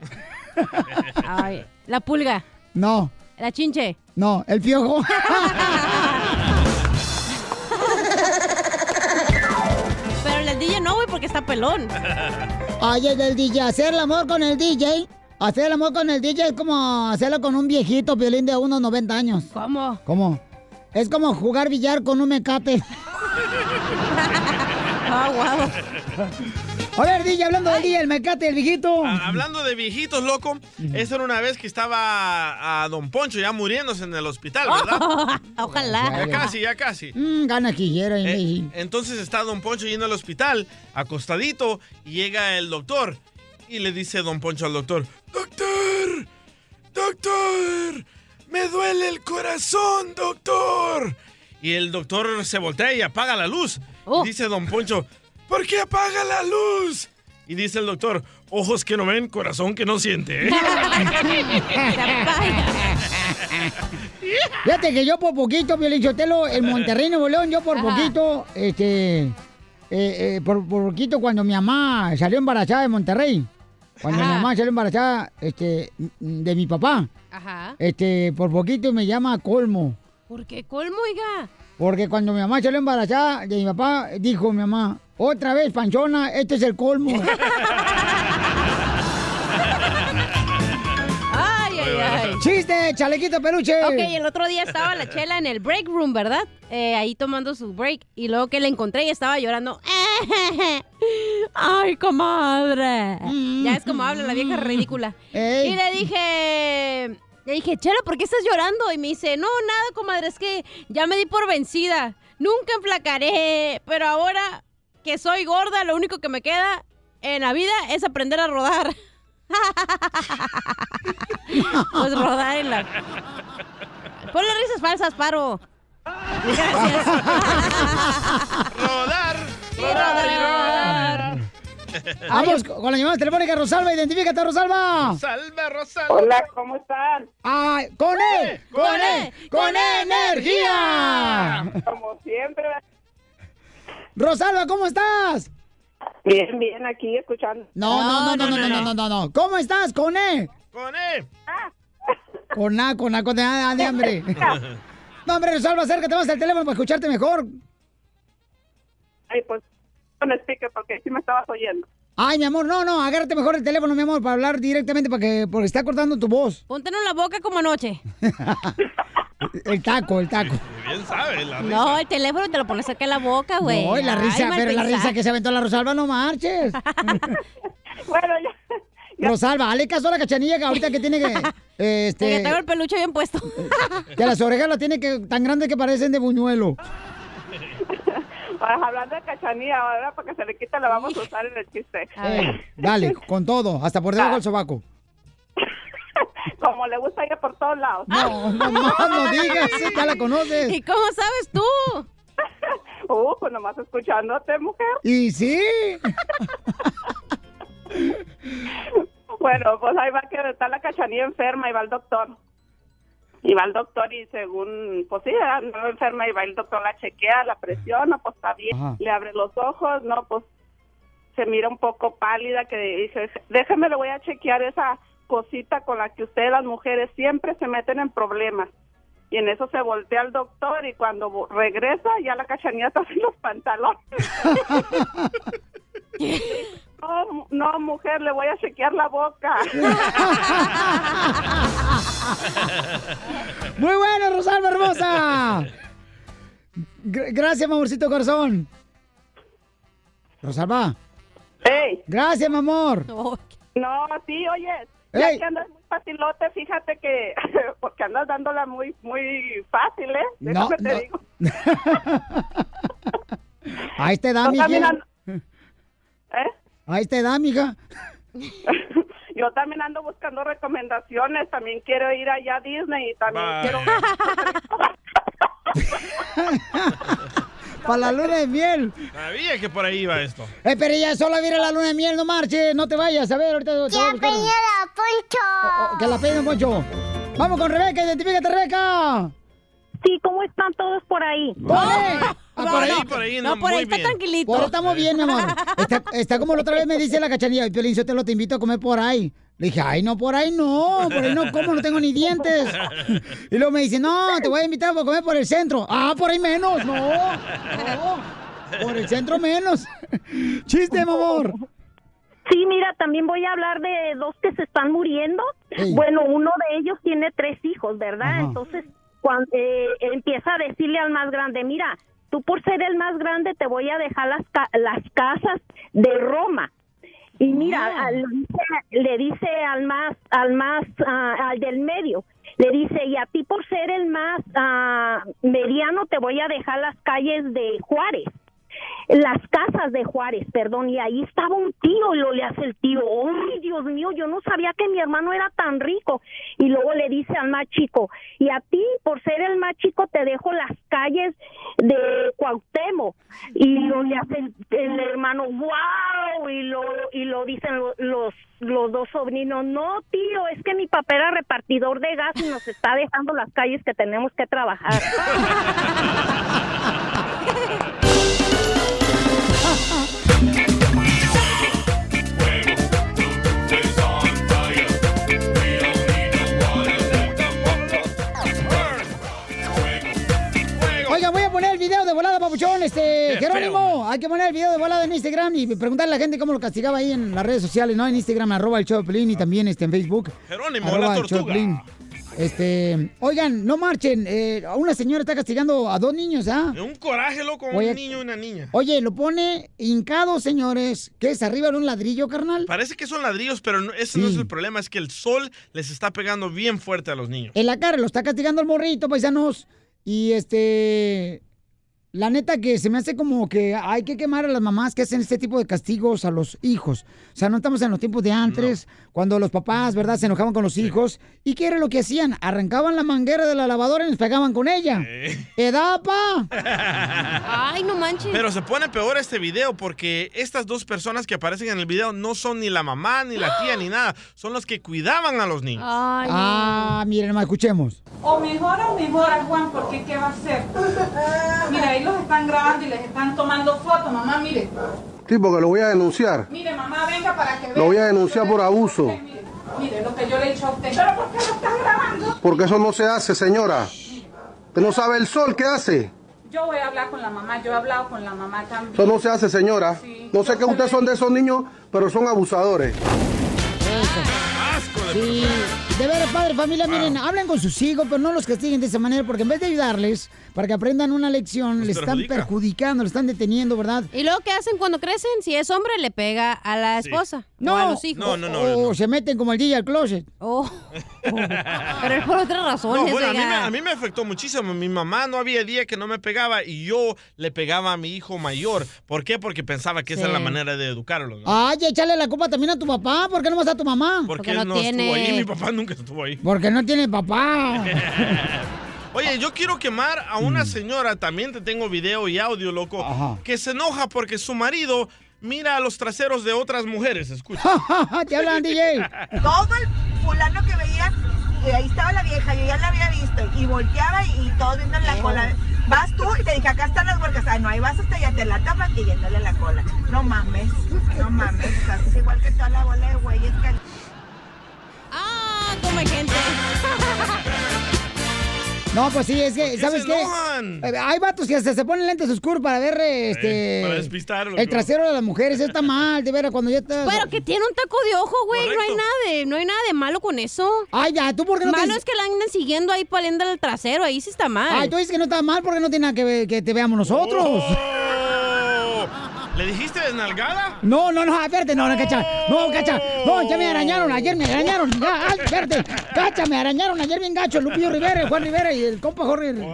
S3: Ay, la pulga.
S1: No,
S3: La chinche.
S1: no, el piojo. [laughs]
S3: Pero el DJ no, güey, porque está pelón.
S1: Oye, del DJ, hacer el amor con el DJ. Hacer el amor con el DJ es como hacerlo con un viejito violín de unos 90 años.
S3: ¿Cómo?
S1: ¿Cómo? Es como jugar billar con un mecate. [laughs]
S3: Ah, guau.
S1: A ver, DJ, hablando del DJ, el mecate, el viejito.
S2: Hablando de viejitos, loco, esa era una vez que estaba a Don Poncho ya muriéndose en el hospital, ¿verdad?
S3: [laughs] Ojalá.
S2: Ya casi, ya casi.
S1: Mm, gana quillero, imbécil.
S2: Entonces está Don Poncho yendo al hospital, acostadito, y llega el doctor y le dice Don Poncho al doctor, Doctor, doctor, me duele el corazón, doctor. Y el doctor se voltea y apaga la luz. Y dice Don Poncho, ¿por qué apaga la luz? Y dice el doctor, ojos que no ven, corazón que no [laughs] siente.
S1: Fíjate que yo por poquito, Violinchotelo,
S3: [laughs]
S1: en Monterrey, Nuevo León, yo por
S3: Ajá.
S1: poquito, este, eh, eh, por, por poquito cuando mi mamá salió embarazada de Monterrey, cuando mi mamá salió embarazada, este, mm, de mi papá,
S3: Ajá.
S1: este, por poquito me llama Colmo,
S3: ¿Por qué colmo, oiga?
S1: porque cuando mi mamá salió embarazada de mi papá, dijo mi mamá, otra vez, panchona, este es el colmo.
S3: [laughs] Ay, ay, ay.
S1: ¡Chiste, chalequito peluche!
S3: Ok, el otro día estaba la chela en el break room, ¿verdad? Eh, ahí tomando su break. Y luego que la encontré y estaba llorando. [laughs] ¡Ay, comadre! Ya es como habla la vieja ridícula.
S1: Ey.
S3: Y le dije. Le dije, Chela, ¿por qué estás llorando? Y me dice, no, nada, comadre, es que ya me di por vencida. Nunca enflacaré. Pero ahora que soy gorda, lo único que me queda en la vida es aprender a rodar. pues rodar en la Ponle risas falsas, paro.
S1: [laughs]
S3: Gracias.
S2: rodar,
S3: rodar, rodar.
S1: Vamos con la llamada telefónica, Rosalba, identifícate, Rosalba.
S2: Salva, Rosa.
S13: Hola, ¿cómo están?
S1: ¡Ah, con él! ¡Con E, él! ¡Con energía!
S13: Como siempre.
S1: Rosalba, ¿cómo estás?
S13: Bien, bien, aquí escuchando.
S1: No, no, no, no, no, no, no, no, no, no. ¿Cómo estás, con él?
S2: ¡Con
S13: [laughs]
S2: él!
S1: Con A, con A, con A, de hambre. No, hombre, Rosalba, acércate más al teléfono para escucharte mejor.
S13: Ay, pues, con el speaker porque sí me estabas oyendo.
S1: Ay, mi amor, no, no, agárrate mejor el teléfono, mi amor, para hablar directamente, para que, porque está cortando tu voz.
S3: Póntelo en la boca como anoche.
S1: El taco, el taco.
S2: Bien sabe la risa.
S3: No, el teléfono te lo pones cerca de la boca, güey.
S1: No, y la
S3: Ay,
S1: risa,
S3: mal
S1: pero la
S3: pensado.
S1: risa que se aventó la Rosalba, no [laughs] marches.
S13: bueno,
S1: ya. Rosalba, hazle caso a la cachanilla que ahorita que tiene que. eh,
S3: De
S1: Este,
S3: [laughs] que tengo el peluche bien puesto.
S1: [laughs] que las orejas las tiene que, tan grandes que parecen de buñuelo.
S13: Para hablar de cachanilla ahora, para que se le quite, la vamos a usar en el chiste.
S1: Eh, dale, con todo, hasta por debajo del sobaco.
S13: Como le gusta ir por todos lados.
S1: No, no, no, no digas, sí, ya la conoces.
S13: ¿Y cómo sabes tú? [laughs] Uh, pues nomás escuchándote, mujer.
S1: Y sí.
S13: [laughs] Bueno, pues ahí va que está la cachanilla enferma y va al doctor. Y va al doctor y según, pues sí, andaba enferma y va el doctor, la chequea, la presiona, pues está bien.
S9: Ajá.
S13: Le abre los ojos, no, pues se mira un poco pálida que dice, déjeme, le voy a chequear esa cosita con la que ustedes las mujeres siempre se meten en problemas. Y en eso se voltea al doctor y cuando vo- regresa ya la cachanilla está sin los pantalones. [laughs] no, mu- no, mujer, le voy a chequear la boca.
S1: Muy bueno, Rosalba hermosa. Gr- gracias, mamorcito corazón. Rosalba. Gracias, mi amor.
S13: No, sí, oye, ya
S1: Ey.
S13: que andas muy facilote, fíjate que, [laughs] porque andas dándola muy, muy fácil, ¿eh?
S1: No,
S13: Déjame te
S1: no.
S13: digo. [laughs]
S1: Ahí te da,
S13: No,
S1: mija. [laughs]
S13: también ando-
S14: ¿Eh?
S1: Ahí te da, mija.
S13: Yo también ando buscando recomendaciones, también quiero ir allá a Disney y también quiero...
S1: Para la luna de miel.
S2: Sabía que por ahí iba esto.
S1: Eh, pero ya solo viene la luna de miel, no marches, no te vayas. A ver, ahorita. ¡Que la Poncho! ¡Que la peine, Poncho! ¡Vamos con Rebeca! ¡Identifícate, Rebeca!
S14: Sí, ¿cómo están todos por ahí?
S1: Ah,
S2: por ahí, por ahí, no, muy bien.
S1: Por ahí estamos bien, mi
S2: [laughs]
S1: amor. Está, está como la otra vez me dice la cachanilla, "Ay, Piolín, yo te lo te invito a comer por ahí. Le dije, ay, no, por ahí no, por ahí no como, no tengo ni
S2: [laughs]
S1: dientes. Y luego me dice, no, te voy a invitar a comer por el centro. Ah, por ahí menos, no, por el centro menos. [laughs]
S2: Oh,
S1: Chiste, mi amor.
S14: Sí, mira, también voy a hablar de dos que se están muriendo. Bueno, uno de ellos tiene tres hijos, ¿verdad? Entonces, cuando empieza a decirle al más grande, mira, tú por ser el más grande te voy a dejar las, ca- las casas de Roma. Y mira, al- le dice- le dice al más, al más, ah, al del medio, le dice, y a ti por ser el más ah, mediano te voy a dejar las calles de Juárez las casas de Juárez, perdón, y ahí estaba un tío y lo le hace el tío, ¡ay, Dios mío! Yo no sabía que mi hermano era tan rico. Y luego le dice al más chico, y a ti, por ser el más chico, te dejo las calles de Cuauhtémoc. Y lo le hace el, el hermano, ¡wow! Y lo, y lo dicen lo- los, los dos sobrinos, no, tío, es que mi papá era repartidor de gas y nos está dejando las calles que tenemos que trabajar.
S1: Oiga, voy a poner el video de volada, papuchón, este,
S9: Qué feo,
S1: Jerónimo, hay que poner el video de volada en Instagram y preguntarle a la gente cómo lo castigaba ahí en las redes sociales, ¿no? En Instagram, arroba el show de Piolín, y también este, en Facebook.
S2: Jerónimo,
S1: arroba
S2: la
S1: el show de
S2: tortuga.
S1: Piolín. Este, oigan, no marchen, eh, a una señora está castigando a dos niños, ¿ah?
S2: Un coraje, loco,
S1: Oye,
S2: un niño y una niña.
S1: Oye, lo pone hincado, señores, que es arriba de un ladrillo, carnal.
S2: Parece que son ladrillos, pero no- ese no es el problema. Es que el sol les está pegando bien fuerte a los niños.
S1: En la cara, lo está castigando el morrito, paisanos. Y este. La neta que se me hace como que hay que quemar a las mamás que hacen este tipo de castigos a los hijos. O sea, no estamos en los tiempos de antes, cuando los papás, ¿verdad?, se enojaban con los hijos. ¿Y qué era lo que hacían? Arrancaban la manguera de la lavadora y les pegaban con ella. ¡Edapa!
S3: Ay, no manches.
S2: Pero se pone peor este video porque estas dos personas que aparecen en el video no son ni la mamá, ni la tía, ni nada. Son los que cuidaban a los niños.
S1: Ah, miren, más escuchemos.
S15: [laughs] O mejora o mejora, Juan, porque ¿qué va a hacer? Mira, ahí los están grabando y les están tomando fotos. Mamá, mire.
S16: Sí, porque lo voy a denunciar.
S15: Mire, mamá, venga para que vea.
S16: Lo voy a denunciar por abuso.
S15: Mire lo que yo le he dicho a usted. ¿Pero por qué lo estás grabando?
S16: Porque eso no se hace, señora. Usted no sabe el sol que hace.
S15: Yo voy a hablar con la mamá. Yo he hablado con la mamá también.
S16: Eso no se hace, señora. No sé que ustedes son de esos niños, pero son abusadores.
S1: Sí, de veras, padre, familia, miren, hablen con sus hijos, pero no los castiguen de esa manera, porque en vez de ayudarles para que aprendan una lección, les están
S3: perjudica.
S1: perjudicando, los están deteniendo, ¿verdad?
S3: ¿Y luego qué hacen cuando crecen? Si es hombre, le pega a la esposa
S1: No,
S3: o a los hijos.
S1: O se meten como el DJ al closet.
S2: [laughs]
S3: Oh. Pero es por otras razones,
S2: No, bueno, a, mí me,
S3: oiga.
S2: a mí me afectó muchísimo. Mi mamá no había día que no me pegaba y yo le pegaba a mi hijo mayor. ¿Por qué? Porque pensaba que esa
S1: Sí.
S2: era la manera de educarlo. ¿no?
S1: Ay, échale la culpa también a tu papá, ¿por qué no vas a tu mamá?
S2: Porque él no, estuvo ahí. Mi papá nunca estuvo ahí.
S1: Porque no tiene
S2: [laughs]
S1: papá.
S2: Oye, yo quiero quemar a
S1: Mm.
S2: una señora, también te tengo video y audio, loco, que se enoja porque su marido mira a los traseros de otras mujeres, escucha.
S1: [laughs] Te hablan, DJ.
S2: [laughs]
S17: Todo el fulano que veía, eh, ahí estaba la vieja, yo ya la había visto. Y volteaba y, y todos viendo la cola. Vas tú y te dije, acá están las huercas. Ah, no, ahí vas hasta allá, te la tapas y viéndole la cola. No mames, no mames. Haces igual que toda la bola de güeyes que...
S3: Ah, come
S1: [laughs]
S3: gente.
S1: No, pues sí, es que,
S3: qué
S1: ¿sabes
S3: se
S1: qué?
S3: enojan?
S1: Eh, Hay vatos que hasta se ponen lentes oscuros para ver eh, este.
S2: para despistar, loco.
S1: El trasero de las mujeres, está mal, de veras, cuando ya está.
S3: Pero que tiene un taco de ojo, güey. No hay nada de, Eh, no hay nada de malo con eso.
S1: Ay, ya, ¿tú por qué no te
S3: Malo
S1: dices-
S3: es que la andan siguiendo ahí paliendo el trasero, ahí sí está mal.
S1: Ay, tú dices que no está mal porque no tiene nada que ver que te veamos nosotros.
S2: Oh, ¿Le dijiste desnalgada?
S1: No, no, no, espérate, no, no, cacha. No, cacha. No, ya me arañaron, ayer me arañaron. Ya, ay, espérate. Cacha, me arañaron ayer bien gacho, el Lupillo Rivera, el Juan Rivera y el compa Jorge. este,
S3: Pero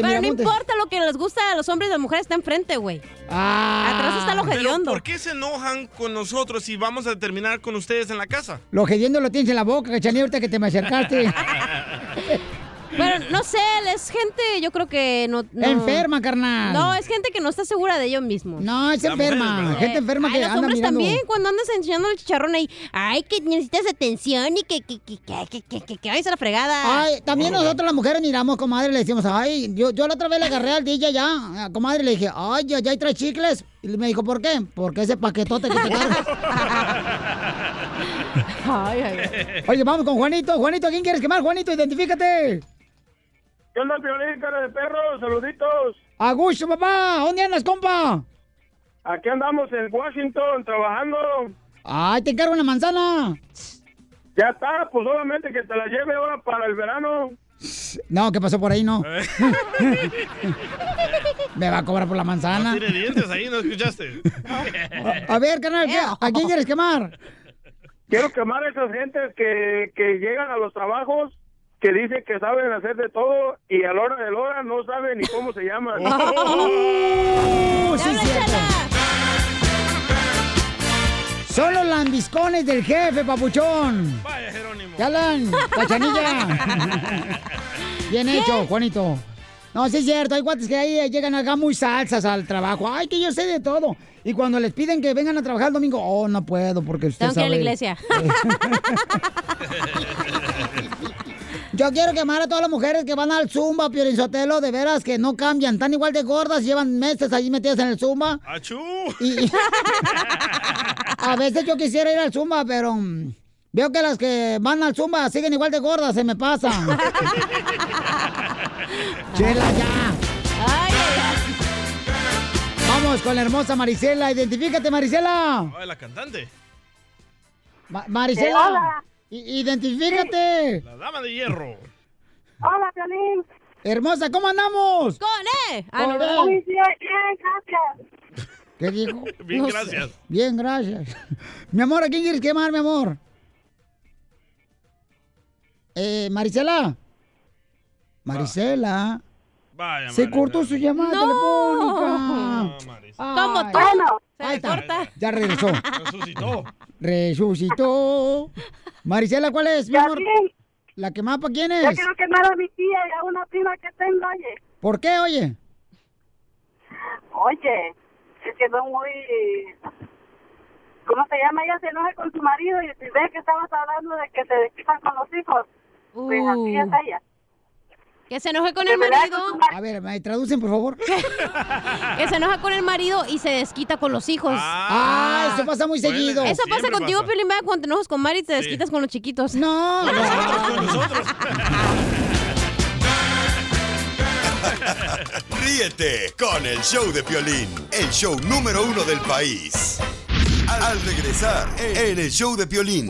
S3: no
S1: Miramontes.
S3: importa lo que les gusta a los hombres, las mujeres está enfrente, güey.
S1: Ah.
S3: Atrás está lo
S2: Pero
S3: hediondo.
S2: ¿por qué se enojan con nosotros si vamos a terminar con ustedes en la casa?
S1: Lo gediendo lo tienes en la boca, cachanilla, ahorita que te me
S3: [laughs]
S1: acercaste.
S3: Pero no sé, es gente, yo creo que no. no-
S1: Enferma, carnal.
S3: No, es gente que no está segura de ellos mismos.
S1: No, es La mujer, enferma, ¿verdad? gente enferma que
S3: Ay, los
S1: anda
S3: hombres
S1: mirando-
S3: también, cuando andas enseñando el chicharrón ahí, ay, que necesitas atención y que, que, que, que, que, que, que, que vayas a la fregada.
S1: Ay, también nosotros las mujeres miramos, comadre, le decimos, ay, yo, yo la otra vez le agarré al DJ ya, a comadre, le dije, ay, ya, ya hay tres chicles. Y me dijo, ¿por qué? Porque ese paquetote que te cargas. Oye, vamos con Juanito. Juanito, ¿a quién quieres quemar? Juanito, identifícate.
S18: ¿Qué onda, Piolín, cara de perro? Saluditos.
S1: A gusto, papá. ¿Dónde andas, compa?
S18: Aquí andamos en Washington trabajando.
S1: Ay, te encargo una manzana.
S18: Ya está, pues solamente que te la lleve ahora para el verano.
S1: [laughs] No, ¿qué pasó por ahí? No. me va a cobrar por la
S2: No
S1: manzana.
S2: tiene dientes ahí,
S1: [laughs]
S2: ¿no escuchaste?
S1: A ver, carnal, ¿qué- ¿a quién quieres
S2: [laughs]
S1: quemar?
S18: Quiero quemar a esas gentes que, que llegan a los trabajos, que dicen que saben hacer de todo y a la hora de la hora no saben ni cómo se llaman. [laughs]
S1: Uh, sí, cierto. Son los lambiscones del jefe, papuchón. Vaya, Jerónimo. ¿Qué hablan? [laughs] Cachanilla. Bien
S9: ¿Qué?
S1: hecho, Juanito. No, sí es cierto, hay cuates que ahí eh, llegan acá muy salsas al trabajo. Ay, que yo sé de todo. Y cuando les piden que vengan a trabajar el domingo, oh, no puedo porque usted
S3: Tengo que ir a la
S1: sabe.
S3: iglesia.
S1: [laughs] Yo quiero quemar a todas las mujeres que van al Zumba, Piorinzotelo, de veras que no cambian. Están igual de gordas, llevan meses allí metidas en el Zumba.
S2: ¡Achú!
S1: Y- [laughs] y- a veces yo quisiera ir al Zumba, pero mm, veo que las que van al Zumba siguen igual de gordas, se me pasa. [laughs] Chela ya. Vamos con la hermosa Marisela, identifícate Marisela.
S2: Ay, la cantante.
S1: Ma- Marisela,
S2: Hola.
S1: i- identifícate.
S2: La dama de hierro.
S1: Hola, Violín. Hermosa, ¿cómo andamos?
S3: Con E.
S1: Ah, no, ¿verdad?
S9: Muy bien, gracias.
S1: ¿Qué dijo?
S9: [laughs] Bien,
S1: sé.
S9: gracias.
S1: Bien, gracias. Mi amor, ¿a quién quieres quemar, mi amor?
S9: Ah.
S1: Eh, Marisela. Marisela.
S2: Vaya,
S1: Se cortó su llamada telefónica.
S3: Como tú. Se
S1: Ahí
S3: me
S1: está.
S3: corta.
S1: Ya regresó.
S2: Resucitó.
S1: Resucitó. Marisela, ¿cuál es, mi amor? ¿La quemada para quién
S19: Yo
S1: es?
S19: quiero quemar a mi tía y a una prima que tengo, oye.
S1: ¿Por qué, oye?
S19: Oye, se quedó muy... ¿Cómo se llama? Ella se enoja con su marido y ve que estabas hablando de que se desquitan con los hijos. Pues
S3: Uh.
S19: así
S15: Uh.
S19: es ella.
S3: Que se enoje con el
S19: Que me la
S3: marido.
S1: A ver, me traducen, por favor.
S3: [laughs] Que se enoja con el marido y se desquita con los hijos.
S1: Ah, eso pasa muy Duele. seguido.
S3: Eso pasa
S1: Siempre
S3: contigo,
S1: pasa.
S3: Pelín, ¿verdad? cuando te enojas con Mari y te desquitas con los chiquitos. [laughs]
S1: No.
S6: Ríete con el show de Piolín, el show número uno del país. Al al regresar en el show de Piolín.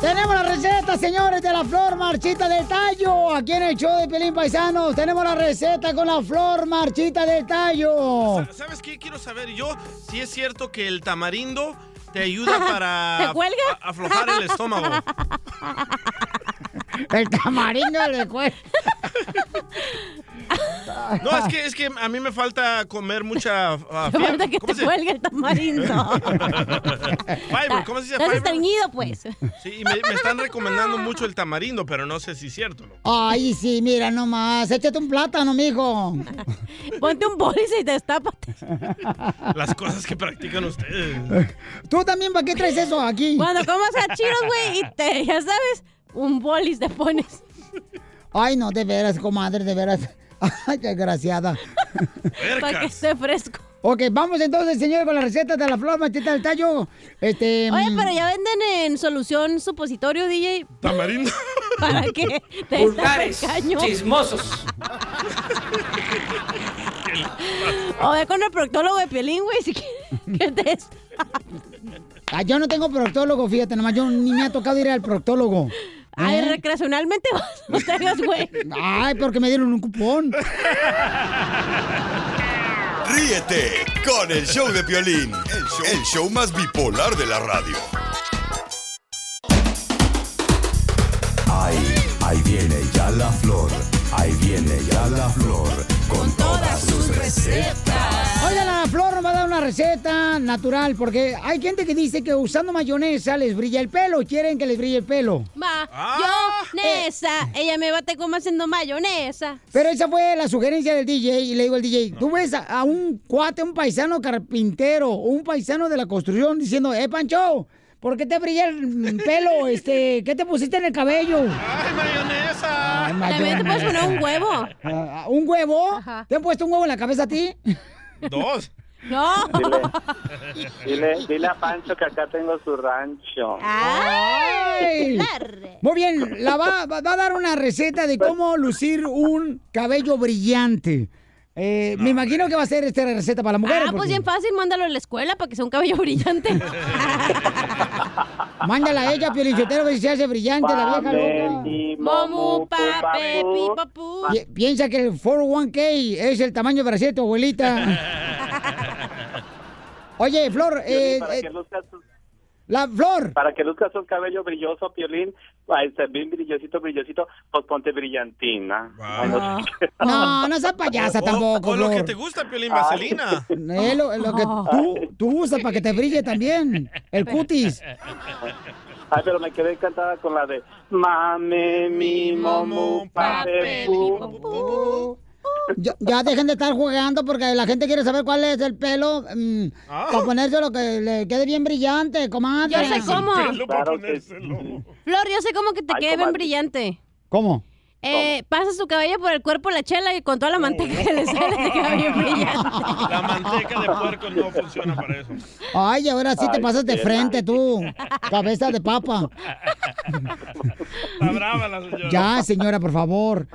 S1: Tenemos la receta, señores, de la flor marchita del tallo. Aquí en el show de Pelín Paisanos tenemos la receta con la flor marchita del tallo.
S2: ¿Sabes qué quiero saber yo? Si es cierto que el tamarindo
S3: [laughs]
S2: te ayuda para
S1: ¿Te cuelga?
S2: a- aflojar el estómago.
S1: [laughs] El tamarindo le cuelga.
S2: No, es que, es que a mí me falta
S1: [laughs]
S2: comer mucha ah,
S3: Te
S2: fibra.
S3: falta que te
S2: se- [laughs]
S3: cuelgue el tamarindo.
S2: Fiber, ¿cómo se dice
S3: Estás
S2: fiber?
S3: estreñido, pues.
S2: Sí, y me, me están recomendando mucho el tamarindo, pero no sé si es cierto. ¿no?
S1: Ay, sí, mira nomás. Échate un plátano, mijo.
S3: Ponte un póliza
S1: [laughs]
S3: y destápate.
S2: Las cosas que practican ustedes.
S1: Tú también, ¿para qué traes eso aquí?
S3: Cuando comas hachiros, güey, y te, ya sabes, un bolis te pones.
S1: Ay, no, de veras, comadre, de veras. [laughs] Ay, qué desgraciada.
S3: pues, Para que esté fresco.
S1: Ok, vamos entonces, señores, con la receta de la flor marchita del tallo. Este.
S3: Oye,
S1: mm,
S3: pero ya venden en solución supositorio, DJ.
S2: Tamarindo. [laughs]
S3: ¿Para qué? Te
S9: Vulgares,
S3: destape el caño.
S9: chismosos.
S3: O ve con el proctólogo de pielín, güey, si quieres que te des-
S1: ah, yo no tengo proctólogo, fíjate, nomás yo ni me ha tocado ir al proctólogo.
S3: Ay,
S1: ¿Eh?
S3: recreacionalmente vas, no te hagas, güey.
S1: Ay, porque me dieron un
S3: [laughs]
S1: cupón.
S6: Ríete con el show de Piolín, el show, el show más bipolar de la radio.
S20: Ahí, ahí viene ya la flor, ahí viene ya la flor, con todas sus recetas.
S1: Oigan, la flor nos va a dar una receta natural, porque hay gente que dice que usando mayonesa les brilla el pelo, quieren que les brille el pelo.
S2: Ah.
S3: Mayonesa. Ella me bate como haciendo mayonesa.
S1: Pero esa fue la sugerencia del DJ y le digo al DJ, tú ves a, a un cuate, un paisano carpintero, un paisano de la construcción diciendo, eh, Pancho, ¿por qué te brilla el mm, pelo? Este, ¿Qué te pusiste en el cabello?
S2: ¡Ay, mayonesa!
S3: También te puedes poner un huevo.
S2: Este
S1: Ah, ¿Un huevo?
S3: Ajá.
S1: ¿Te han puesto un huevo en la cabeza a ti?
S2: Dos.
S3: No.
S21: Dile, dile a Pancho que acá tengo su rancho.
S1: Ah, ¡Ay! Muy bien, la va, va va a dar una receta de cómo lucir un cabello brillante. Eh, me imagino que va a ser esta receta para la mujer.
S3: Ah, pues bien fácil, mándalo a la escuela para que sea un cabello [laughs] brillante.
S1: Mándala a ella, Piolichotero, que se hace brillante la vieja loca.
S3: Momu, pape, pi, papu.
S1: Pi- piensa que el 401k es el tamaño de Brasil de tu
S3: [laughs]
S1: abuelita. Oye, Flor, eh,
S21: para,
S1: eh,
S21: que luzcas,
S1: la Flor,
S21: para que luzcas un cabello brilloso, Piolín, ay, también brillosito, brillosito, pues ponte brillantina. Ay, no sé qué.
S1: Ah. [laughs] no, no seas payasa tampoco,
S21: o lo que
S1: Flor.
S21: te gusta,
S2: Piolín, vaselina.
S1: [laughs] Eh, lo, lo que tú, tú usas para que te brille también, el cutis.
S21: Ay, pero me quedé encantada con la de Mame, mi, momu, pape, pu.
S1: Ya, ya dejen de estar jugando porque la gente quiere saber cuál es el pelo mm,
S2: Ah.
S1: para ponerse lo que le quede bien brillante, comadre.
S3: Yo sé cómo. Pelo para
S21: Claro que
S3: Flor, yo sé cómo que te
S1: Ay,
S3: quede bien
S1: comadre.
S3: brillante.
S1: ¿Cómo?
S3: Eh, pasas tu cabello por el cuerpo de la chela y con toda la manteca que le sale te queda bien brillante.
S1: [laughs]
S2: La manteca de puerco no funciona para eso.
S1: Ay, ahora sí te
S2: Ay,
S1: pasas de
S2: qué
S1: frente tú, cabeza de papa.
S2: Está brava la señora.
S1: Ya, señora, por favor.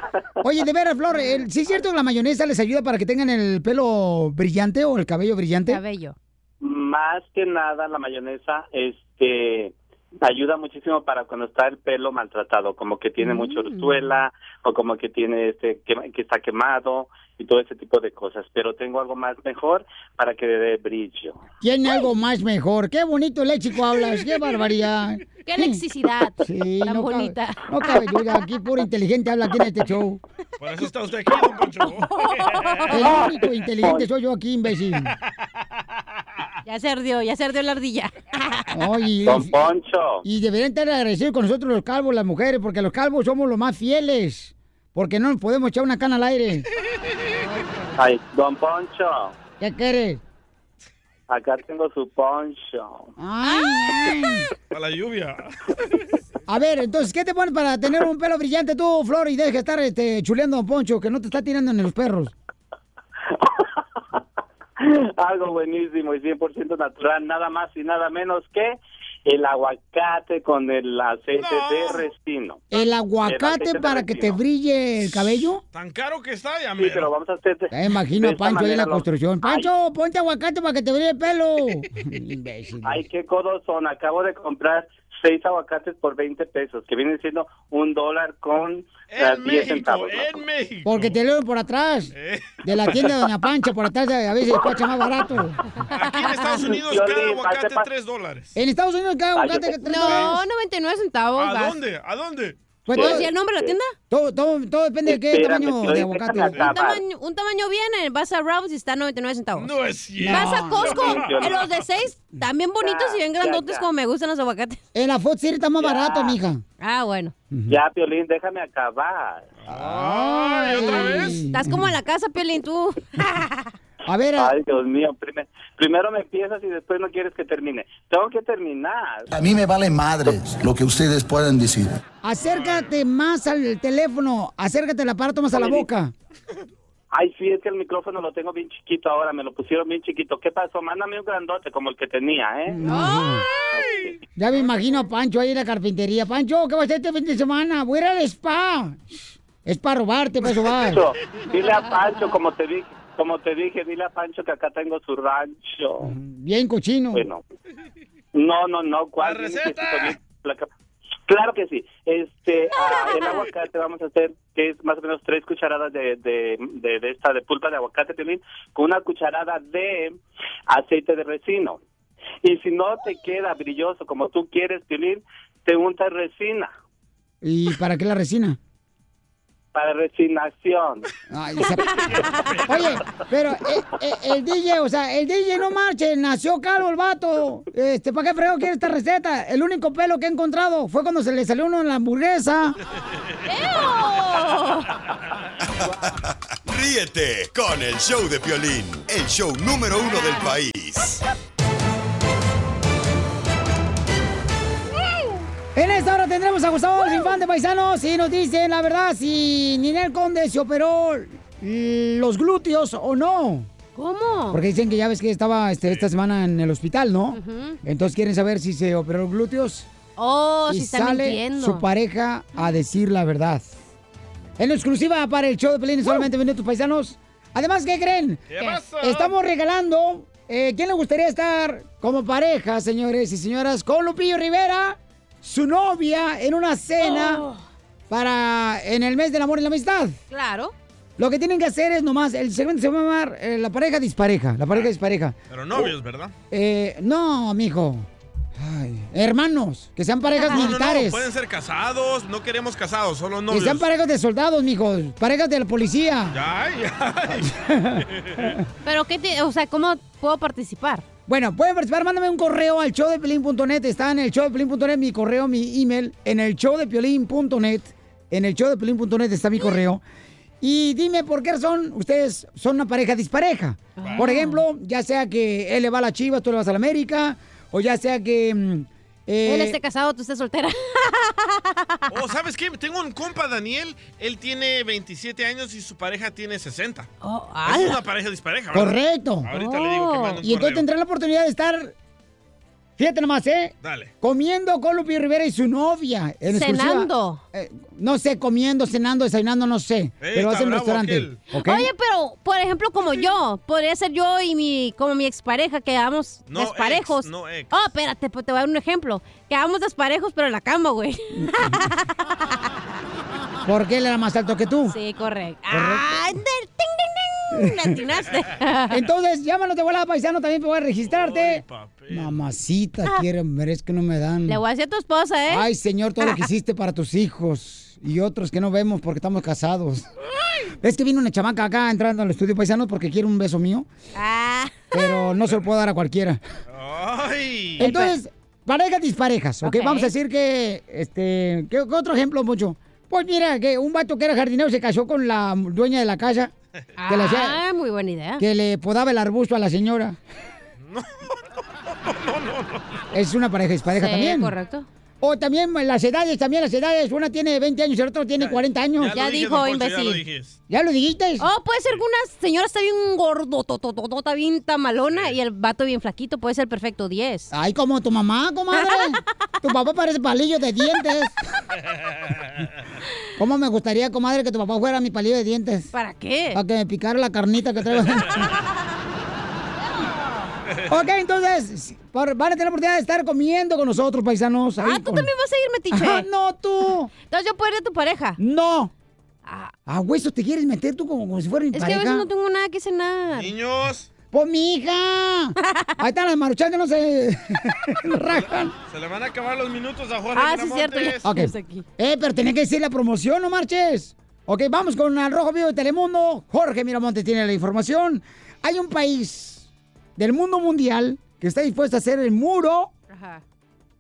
S1: Oye, de veras, Flor, el- ¿sí es cierto que la mayonesa les ayuda para que tengan el pelo brillante o el cabello brillante?
S3: Cabello.
S21: Más que nada, la mayonesa, este, ayuda muchísimo para cuando está el pelo maltratado, como que tiene mucha orzuela, o como que tiene este, que, que está quemado, y todo ese tipo de cosas. Pero tengo algo más mejor para que le dé brillo.
S1: Tiene algo más mejor. Qué bonito léxico hablas, qué barbaridad.
S3: Qué lexicidad
S1: Sí,
S3: tan
S1: no cabe-
S3: bonita.
S1: No cabelluda, aquí puro inteligente habla aquí en este show.
S2: Por eso está usted aquí, don Poncho.
S1: El único inteligente soy yo aquí, imbécil.
S3: Ya se ardió, ya se ardió la ardilla.
S1: Oye,
S21: Don Poncho.
S1: y deberían estar agradecidos con nosotros los calvos, las mujeres, porque los calvos somos los más fieles. Porque no nos podemos echar una cana al aire.
S21: Ay, don Poncho.
S1: ¿Qué quieres?
S21: Acá tengo su poncho.
S1: Ay, ay.
S2: A la lluvia.
S1: A ver, entonces, ¿qué te pones para tener un pelo brillante tú, Flor, y deja de estar este, chuleando a Don Poncho, que no te está tirando en los perros?
S21: [laughs] Algo buenísimo y 100% natural, nada más y nada menos que el aguacate con el aceite de restino.
S1: ¿El
S21: aceite
S1: aguacate
S21: de
S1: para que te brille el cabello?
S21: Tan caro que está, ya Sí, pero vamos a hacer.
S1: Ya me imagino
S21: de
S1: a
S21: esta
S1: Pancho ahí en la
S21: manera lo-
S1: construcción. ¡Pancho, ponte aguacate para que te brille el pelo! Imbécil.
S21: Ay, qué codos son. Acabo de comprar seis aguacates por 20 pesos, que vienen siendo un dólar con eh, 10 centavos. ¿no?
S1: Porque te leo por atrás. De la tienda de Doña Pancha, por atrás a veces cuesta más barato.
S2: Aquí en Estados Unidos cada aguacate 3 dólares.
S1: En Estados Unidos cada
S2: Ay,
S1: aguacate
S2: yo-
S1: que tres
S3: No,
S1: dólares.
S3: 99 centavos.
S2: ¿A
S3: vas.
S2: dónde? ¿A dónde?
S1: Pues
S3: ¿Puedo
S1: todo-
S3: decir el nombre de la tienda?
S1: Todo, todo, todo depende de qué
S21: Espérame,
S1: tamaño
S21: que
S1: de
S21: ahorita
S1: aguacate.
S21: me acaba.
S3: Un tamaño, un tamaño bien, eh, vas a Ralph's y está a 99 centavos. No
S2: es
S3: Vas a
S1: No.
S3: Costco,
S1: Yo
S3: en
S1: no.
S3: los de 6, también bonitos y bien
S21: Ya, ya,
S3: grandotes
S21: ya.
S3: como me gustan los aguacates.
S1: En la Food City está más barato, mija.
S3: Ah, bueno.
S21: Ya, Piolín, déjame acabar.
S3: Estás como en la casa, Pelín, tú.
S1: A ver.
S21: Ay, Dios mío. prime- primero me empiezas y después no quieres que termine. Tengo que terminar.
S22: A mí me vale madres lo que ustedes puedan decir.
S1: Acércate más al teléfono. Acércate el aparato más a la boca.
S21: Ay, sí, es que el micrófono lo tengo bien chiquito ahora. Me lo pusieron bien chiquito. ¿Qué pasó? Mándame un grandote como el que tenía, ¿eh?
S1: Ajá. Ya me imagino a Pancho ahí en la carpintería. Pancho, ¿qué vas a hacer este fin de semana? Voy a ir al spa. Es para robarte, para eso vas.
S21: Pancho, dile a Pancho, como te dije, como te dije, dile a Pancho que acá tengo su rancho.
S1: Bien cochino.
S21: Bueno. No, no, no, ¿cuál? Tiene que ser bien placa- Claro que sí. Este, ah, el aguacate vamos a hacer que es más o menos tres cucharadas de, de, de, de esta de pulpa de aguacate Piolín, con una cucharada de aceite de resino. Y si no te queda brilloso como tú quieres, Piolín, te untas resina
S1: ¿Y para qué la resina?
S21: para resinación.
S1: Ay, esa- Oye, pero eh, eh, el DJ, o sea, el DJ no marche, nació calvo el vato. Este, ¿para qué fregado quiere esta receta? El único pelo que he encontrado fue cuando se le salió uno en la hamburguesa.
S6: Ríete con el show de Piolín, el show número uno del país.
S1: En esta hora tendremos a Gustavo el Infante Paisanos y nos dicen la verdad si Ninel Conde se operó mm, los glúteos o no.
S3: ¿Cómo?
S1: Porque dicen que ya ves que estaba este, esta semana en el hospital, ¿no?
S3: Ujú.
S1: Entonces quieren saber si se operó los glúteos.
S3: Oh,
S1: y
S3: si está
S1: sale
S3: mintiendo.
S1: su pareja a decir la verdad. En exclusiva para el show de Pelín, solamente minutos paisanos. Además, ¿qué creen?
S9: ¿Qué pasó?
S1: Estamos regalando. eh, ¿Quién le gustaría estar como pareja, señores y señoras, con Lupillo Rivera, su novia, en una
S3: Oh.
S1: cena para en el mes del amor y la amistad?
S3: Claro.
S1: Lo que tienen que hacer es nomás, el segmento se va a llamar eh, la pareja dispareja, la
S2: Ah.
S1: pareja dispareja.
S2: Pero novios, ¿verdad?
S1: Eh, no, mijo. Ay, hermanos, que sean parejas
S2: [laughs] No, no, no,
S1: militares.
S2: pueden ser casados, no queremos casados, solo
S1: Que
S2: novios.
S1: sean parejas de soldados, mijo. Parejas de la policía.
S2: Ay, ay.
S3: Pero qué te- o sea, ¿cómo puedo participar?
S1: Bueno, pueden participar. Mándame un correo al showdepiolín.net. Está en el showdepiolín.net mi correo, mi email. En el showdepiolín.net. En el showdepiolín.net está mi correo. Y dime por qué son ustedes son una pareja dispareja. Por ejemplo, ya sea que él le va a la Chivas, tú le vas a la América. O ya sea que... mm, eh,
S3: Él esté casado, tú estés soltera.
S2: Oh, ¿sabes qué? Tengo un compa, Daniel. Él tiene 27 años y su pareja tiene 60.
S3: ala.
S2: es una pareja dispareja, ¿verdad?
S1: Oh, Correcto.
S2: Ahorita le digo que mande un
S1: Y entonces
S2: correo.
S1: tendrán la oportunidad de estar, fíjate nomás, ¿eh?
S2: Dale.
S1: Comiendo con Lupi Rivera y su novia. en exclusiva.
S3: Cenando.
S1: Eh, no sé, comiendo, cenando, desayunando, no sé. pero
S9: está
S1: hacen un
S9: bravo
S1: restaurante.
S9: aquel.
S1: ¿ok?
S3: Oye, pero, por ejemplo, como yo, podría ser yo y mi, como mi expareja, que hagamos
S1: No
S3: desparejos.
S1: ex, no ex.
S3: Oh, espérate, pues, te voy a dar un ejemplo. Que hagamos desparejos, pero en la cama,
S1: [laughs]
S3: güey.
S1: Porque él era más alto que tú.
S3: Sí, correcto. ¡Ah! del ting, ting, ting! Le atinaste.
S1: Entonces, llámanos de volada, paisano, también para registrarte. [laughs] Mamacita, quiero, merezco que no me dan.
S3: Ah. Le voy a decir a tu esposa, ¿eh? [laughs]
S1: Ay, señor, todo lo que hiciste para tus hijos y otros que no vemos porque estamos casados. Es que vino una chamaca acá entrando al estudio paisano porque quiere un beso mío.
S3: Ah.
S1: Pero no se lo puedo dar a cualquiera. Entonces, parejas disparejas, ¿ok?
S2: Ok.
S1: Vamos a decir que, este, ¿qué, qué otro ejemplo, mucho? Pues mira, que un vato que era jardinero se casó con la dueña de la casa. Que, le hacía-
S3: Ah, muy buena idea.
S1: que le podaba el arbusto a la
S3: [laughs]
S1: señora. Es una pareja dispareja
S3: Sí,
S1: también.
S3: correcto.
S1: O también las edades, también las edades. Una tiene 20 años y el otro tiene 40 años.
S3: ya Ya lo dije, dijo, don Poncho, ya lo imbécil. dijiste.
S1: ¿Ya lo dijiste?
S3: Oh, puede ser que una señora está bien gordo, está bien tamalona y el vato bien flaquito, puede ser perfecto 10.
S1: Ay, como tu mamá, comadre.
S3: [laughs]
S1: tu papá parece palillo de dientes. ¿Cómo me gustaría, comadre, que tu papá fuera mi palillo de dientes?
S3: ¿Para qué?
S1: Para que me picara la carnita que
S3: [laughs]
S1: traigo. ok, entonces, si- por- van a tener oportunidad de estar comiendo con nosotros, paisanos.
S3: Ah, tú también vas a ir, metiche.
S1: Ah, no, tú.
S3: Entonces yo puedo ir a tu pareja.
S1: ¡No! Ah, hueso, te quieres meter tú como, como si fuera mi
S3: Es que a
S1: pareja.
S3: veces no tengo nada que cenar.
S2: Niños.
S1: Pues mi hija. Ahí están las maruchan que no se [laughs] no rajan. Ah,
S2: Se le van a acabar los minutos a Jorge. Miramontes.
S1: Ok. Eh, pero tenía que decir la promoción, no marches. Ok, vamos con Al Rojo Vivo de Telemundo. Jorge Miramonte tiene la información. Hay un país del mundo mundial que está dispuesto a hacer el muro
S3: Ajá.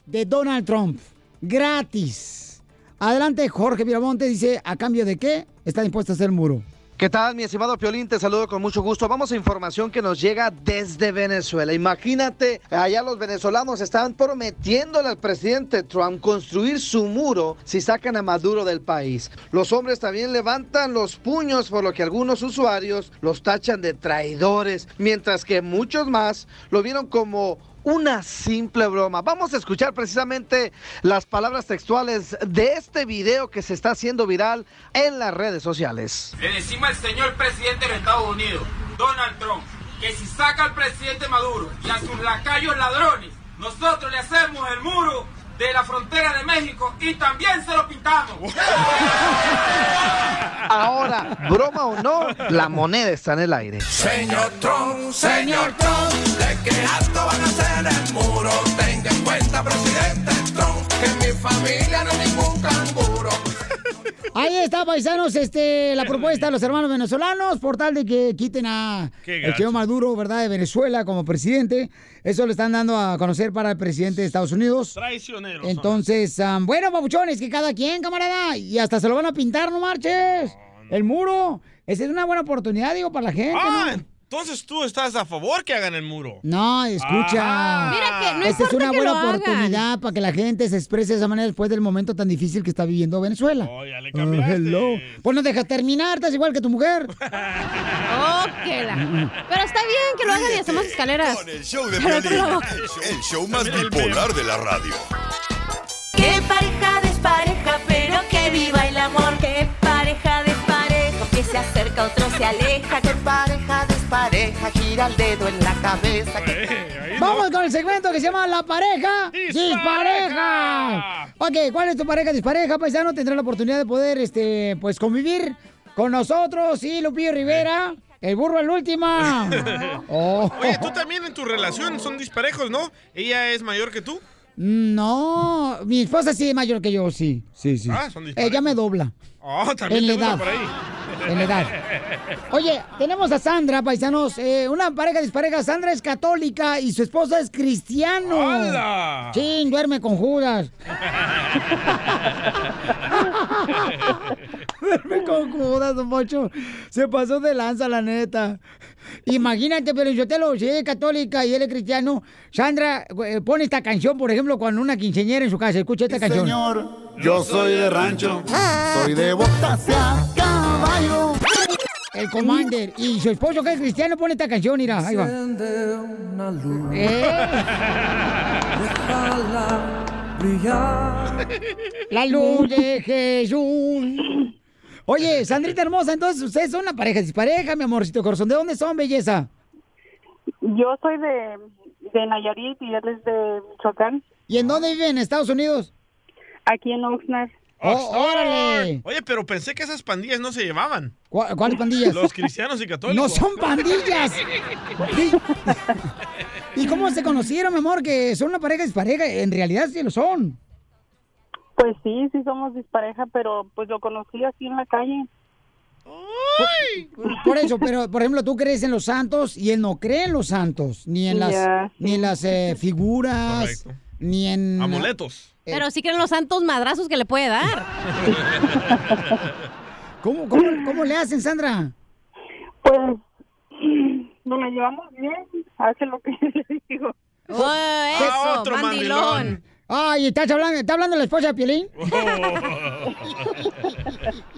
S1: de Donald Trump. Gratis. Adelante, Jorge Miramonte dice, ¿a cambio de qué está dispuesto a hacer el muro?
S4: ¿Qué tal, mi estimado Piolín? Te saludo con mucho gusto. Vamos a información que nos llega desde Venezuela. Imagínate, allá los venezolanos estaban prometiéndole al presidente Trump construir su muro si sacan a Maduro del país. Los hombres también levantan los puños, por lo que algunos usuarios los tachan de traidores, mientras que muchos más lo vieron como una simple broma. Vamos a escuchar precisamente las palabras textuales de este video que se está haciendo viral en las redes sociales.
S23: Le decimos al señor presidente de los Estados Unidos, Donald Trump, que si saca al presidente Maduro y a sus lacayos ladrones, nosotros le hacemos el muro de la frontera de México y también se
S1: [laughs]
S23: lo pintamos.
S4: Ahora, broma o no, la moneda está en el aire.
S6: Señor Trump, señor Trump, de qué alto van a hacer el muro. Tenga en cuenta, presidente Trump, que en mi familia no hay ningún canguro.
S1: Ahí está, paisanos, este, la propuesta de los hermanos venezolanos por tal de que quiten a
S2: Qué
S1: el señor
S2: gacho.
S1: Maduro, ¿verdad?, de Venezuela como presidente. Eso lo están dando a conocer para el presidente de Estados Unidos.
S2: Traicioneros. son.
S1: Entonces, ah, bueno, papuchones, que cada quien, camarada, y hasta se lo van a pintar, no marches. El muro. Esa es una buena oportunidad, digo, para la gente.
S2: Ah,
S1: ¿no?
S2: entonces tú estás a favor que hagan el muro.
S1: No, escucha.
S2: Ah. Mira que no
S1: Esta es
S2: importa
S1: una
S2: que
S1: buena
S2: lo hagan.
S1: oportunidad para que la gente se exprese de esa manera después del momento tan difícil que está viviendo Venezuela. Oh,
S2: ya le
S1: cambiaste. Pues no dejas terminar, estás igual que tu mujer.
S3: Oh, que la- Pero está bien que lo hagan y hacemos escaleras.
S6: El show de
S3: Pero otro
S6: Piolín, el
S3: lado.
S6: show- el show más bipolar de la radio.
S9: Qué pareja despareja, pero que viva el amor. Qué pareja despareja, que se acerca, otro se aleja. Qué pareja despareja, gira el dedo en la cabeza.
S2: Eh,
S1: Vamos con el segmento que se llama La pareja dispareja. Ok, ¿cuál es tu pareja dispareja, paisano? Tendrá la oportunidad de poder este, pues convivir con nosotros y Lupillo Rivera. El burro en última. Oh.
S2: Oye, tú también en tu relación son disparejos, ¿no? Ella es mayor que tú.
S1: No, mi esposa sí es mayor que yo, sí. Sí, sí.
S2: Ah, son disparejos.
S1: Ella me dobla.
S2: Oh, también
S1: En la
S2: te gusta
S1: edad.
S2: por ahí.
S1: En la edad.
S2: [laughs]
S1: Oye, tenemos a Sandra, paisanos, eh, una pareja dispareja. Sandra es católica y su esposa es cristiano.
S2: ¡Hala!
S1: Sí, duerme con
S2: [laughs]
S1: Judas. duerme con Judas, don Pocho. Se pasó de lanza, la neta. Imagínate, pero yo te lo, si ella es católica y él es cristiano, Sandra eh, pone esta canción, por ejemplo, cuando una quinceñera en su casa, escucha esta canción.
S16: Señor, yo soy de rancho, soy de botas y a caballo.
S1: El Commander. Y su esposo, que es cristiano, pone esta canción, mira, ahí va. Eh.
S9: una luz.
S1: La luz de Jesús. Oye, Sandrita hermosa, entonces ustedes son una pareja dispareja, mi amorcito corazón. ¿De dónde son, belleza?
S19: Yo soy de, de Nayarit y él es de Michoacán.
S1: ¿Y en dónde viven? ¿En Estados Unidos? Oh,
S19: Aquí en Oxnard.
S2: Oxnard.
S1: órale.
S2: Oye, pero pensé que esas pandillas no se llevaban.
S1: ¿Cuá- ¿Cuáles pandillas?
S2: Los cristianos y católicos.
S1: ¡No son pandillas! ¿Y cómo se conocieron, mi amor? Que son una pareja dispareja. En realidad sí lo son.
S19: Pues sí, sí somos dispareja, pero pues lo conocí así en la calle.
S1: Por eso, pero por ejemplo, tú crees en los santos y él no cree en los santos, ni en las,
S3: Ya,
S1: ni en las eh, figuras,
S2: Correcto.
S1: ni en Eh.
S2: Amuletos.
S3: Pero sí creen los santos madrazos que le puede dar.
S1: ¿Cómo, cómo, cómo le hacen, Sandra?
S19: Pues nos la llevamos bien, hace lo que [laughs] le digo.
S1: Ah,
S19: eso, otro Oh, mandilón. mandilón.
S1: Ay, ¿estás hablando, ¿está hablando la esposa de Piolín?
S19: Oh.
S1: [laughs]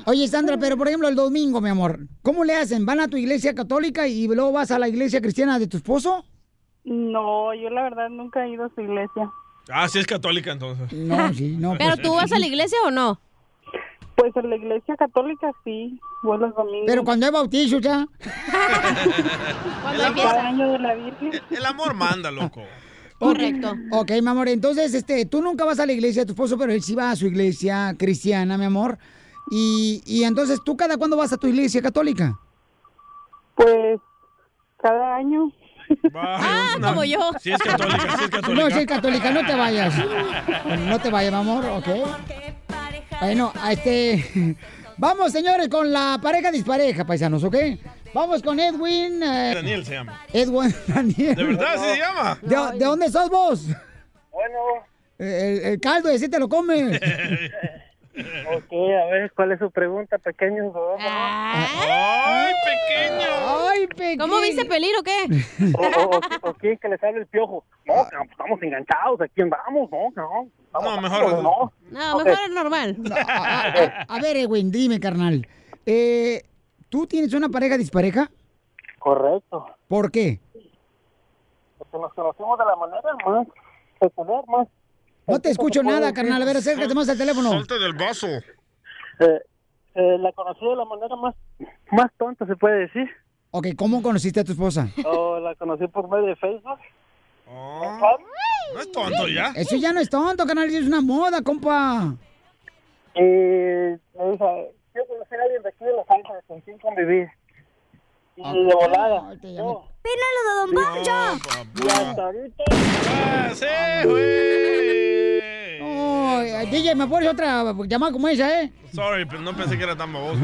S1: Oye, Sandra, pero por ejemplo, el domingo, mi amor, ¿cómo le hacen? ¿Van a tu iglesia católica y luego vas a la iglesia cristiana de tu esposo?
S19: No, yo la verdad nunca he ido a su iglesia.
S2: Ah, sí es católica entonces.
S1: No, sí, no. pues,
S3: Pero tú vas a la iglesia o no?
S19: Pues a la iglesia católica sí, voy los domingos.
S1: Pero cuando es bautizo ya.
S2: el,
S19: Cada
S2: amor,
S19: año de la Virgen.
S2: el amor manda, loco.
S1: Correcto. Ok, mi amor, entonces, este, tú nunca vas a la iglesia de tu esposo, pero él sí va a su iglesia cristiana, mi amor. Y, y entonces, ¿tú cada cuándo vas a tu iglesia católica?
S19: Pues cada año.
S2: Ah,
S3: como yo.
S2: Sí es católica, sí es católica.
S1: No, soy católica, no te
S2: [laughs]
S1: vayas. Bueno, no te vayas, mi amor, ok. Bueno, a este. [laughs] Vamos, señores, con la pareja dispareja, paisanos, ¿ok? Vamos con Edwin. eh,
S2: Daniel se llama.
S1: Edwin [laughs] Daniel.
S2: ¿De verdad así se llama?
S1: ¿De, de dónde sos vos?
S8: Bueno,
S1: El, el caldo ese te lo comes.
S8: ok, a ver, ¿cuál es su pregunta, pequeño?
S2: ¡Ay, pequeño!
S1: ¡Ay, pequeño!
S3: Ah. ¿Cómo viste pelir o qué?
S1: [laughs]
S8: ¿O, o, o- o quién que les hable el piojo? No, cabrón, pues estamos enganchados, ¿a quién vamos? No, cabrón. pues, Vamos,
S2: [laughs] No,
S8: vamos,
S2: mejor-
S8: no.
S3: No,
S8: Ok.
S3: mejor es normal.
S1: A, a- a ver, Edwin, dime, carnal. Eh, ¿Tú tienes una pareja dispareja?
S8: Correcto.
S1: ¿Por qué?
S8: Porque nos conocemos de la manera más peculiar, más.
S1: No te escucho nada, carnal. A ver, acércate más al teléfono.
S8: Salte del vaso.
S11: Eh,
S8: la conocí de la manera más, más tonta, se puede decir.
S1: Ok, ¿cómo conociste a tu esposa?
S8: O Oh, la conocí por medio de Facebook.
S2: No es tonto ya.
S1: Eso ya no es tonto, carnal. Es una moda, compa.
S8: Eh, me dijo, quiero conocer a alguien de aquí de Los Ángeles, con quien convivir. Y
S1: Ah.
S8: de volada.
S1: Ay, te llamé.
S8: Yo. ¡Pínalo de Don Poncho! Y hasta ahorita...
S1: No, eh, DJ, me pones otra llamada como esa, ¿eh?
S2: Sorry, pero no pensé que era tan
S3: [laughs]
S2: baboso.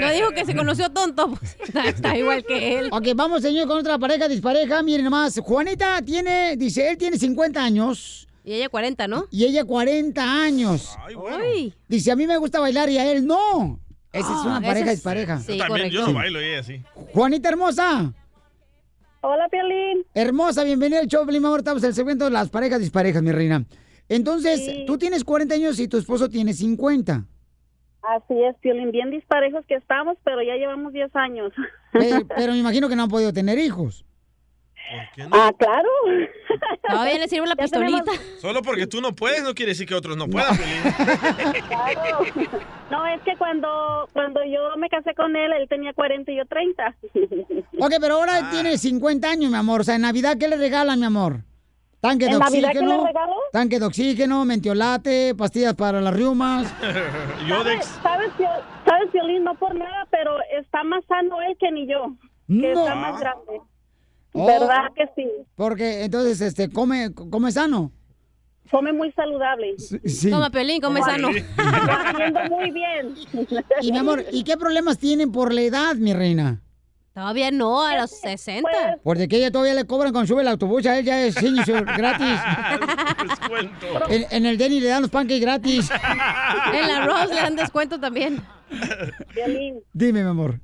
S3: No dijo que se conoció tonto, pues [laughs] está, está igual que él.
S1: Ok, vamos, señor, con otra pareja dispareja. Miren nomás, Juanita tiene, dice, él tiene 50 años
S3: Y ella 40, ¿no?
S1: y ella 40 años.
S3: Uy.
S1: Dice, a mí me gusta bailar y a él no. Esa es
S3: Ah,
S1: una
S3: esa
S1: pareja
S3: es-
S1: dispareja.
S2: yo también, yo no bailo y ella sí.
S1: Juanita hermosa. Hola, Piolín. Hermosa, bienvenida al show, Piolín. Mi amor, estamos en el segmento de las parejas disparejas, mi reina. Entonces, tú tienes 40 años y tu esposo tiene 50.
S19: Así es, Piolín, bien disparejos que estamos, pero ya llevamos 10 años.
S1: Pero, Eh, pero me imagino que no han podido tener hijos.
S19: Ah, claro.
S3: [laughs] Todavía le sirve la pistolita.
S2: Solo porque tú no puedes, no quiere decir que otros no puedan. Piolín.
S19: [laughs] Claro. No, es que cuando cuando yo me casé con él, él tenía 40 y yo 30.
S1: Ok, pero ahora tiene 50 años, mi amor. O sea, en Navidad, ¿qué le regalan, mi amor? Tanque
S19: ¿En
S1: de
S19: Navidad qué le
S1: oxígeno.
S19: regalo?
S1: Tanque de oxígeno, mentiolate, pastillas para las riumas.
S19: ¿Sabes, sabes, Pio- sabes, Piolín, no por nada, [laughs] pero está más sano él que ni yo. Que
S1: No.
S19: está más grande.
S1: Oh.
S19: ¿Verdad que sí?
S1: Porque entonces, este, come, come sano.
S19: Come muy saludable.
S1: sí. Toma,
S3: Pelín,
S1: come sano.
S19: Está comiendo muy bien.
S1: Y mi amor, ¿y qué problemas tienen por la edad, mi reina?
S3: Todavía no, a los 60.
S19: Pues,
S1: Porque que ella todavía le cobran cuando sube el autobús, a él ya es sin insurance gratis. En, en el Denny le dan los pancakes gratis.
S3: En la Rose le dan descuento también.
S19: Piolín,
S1: Dime, mi amor.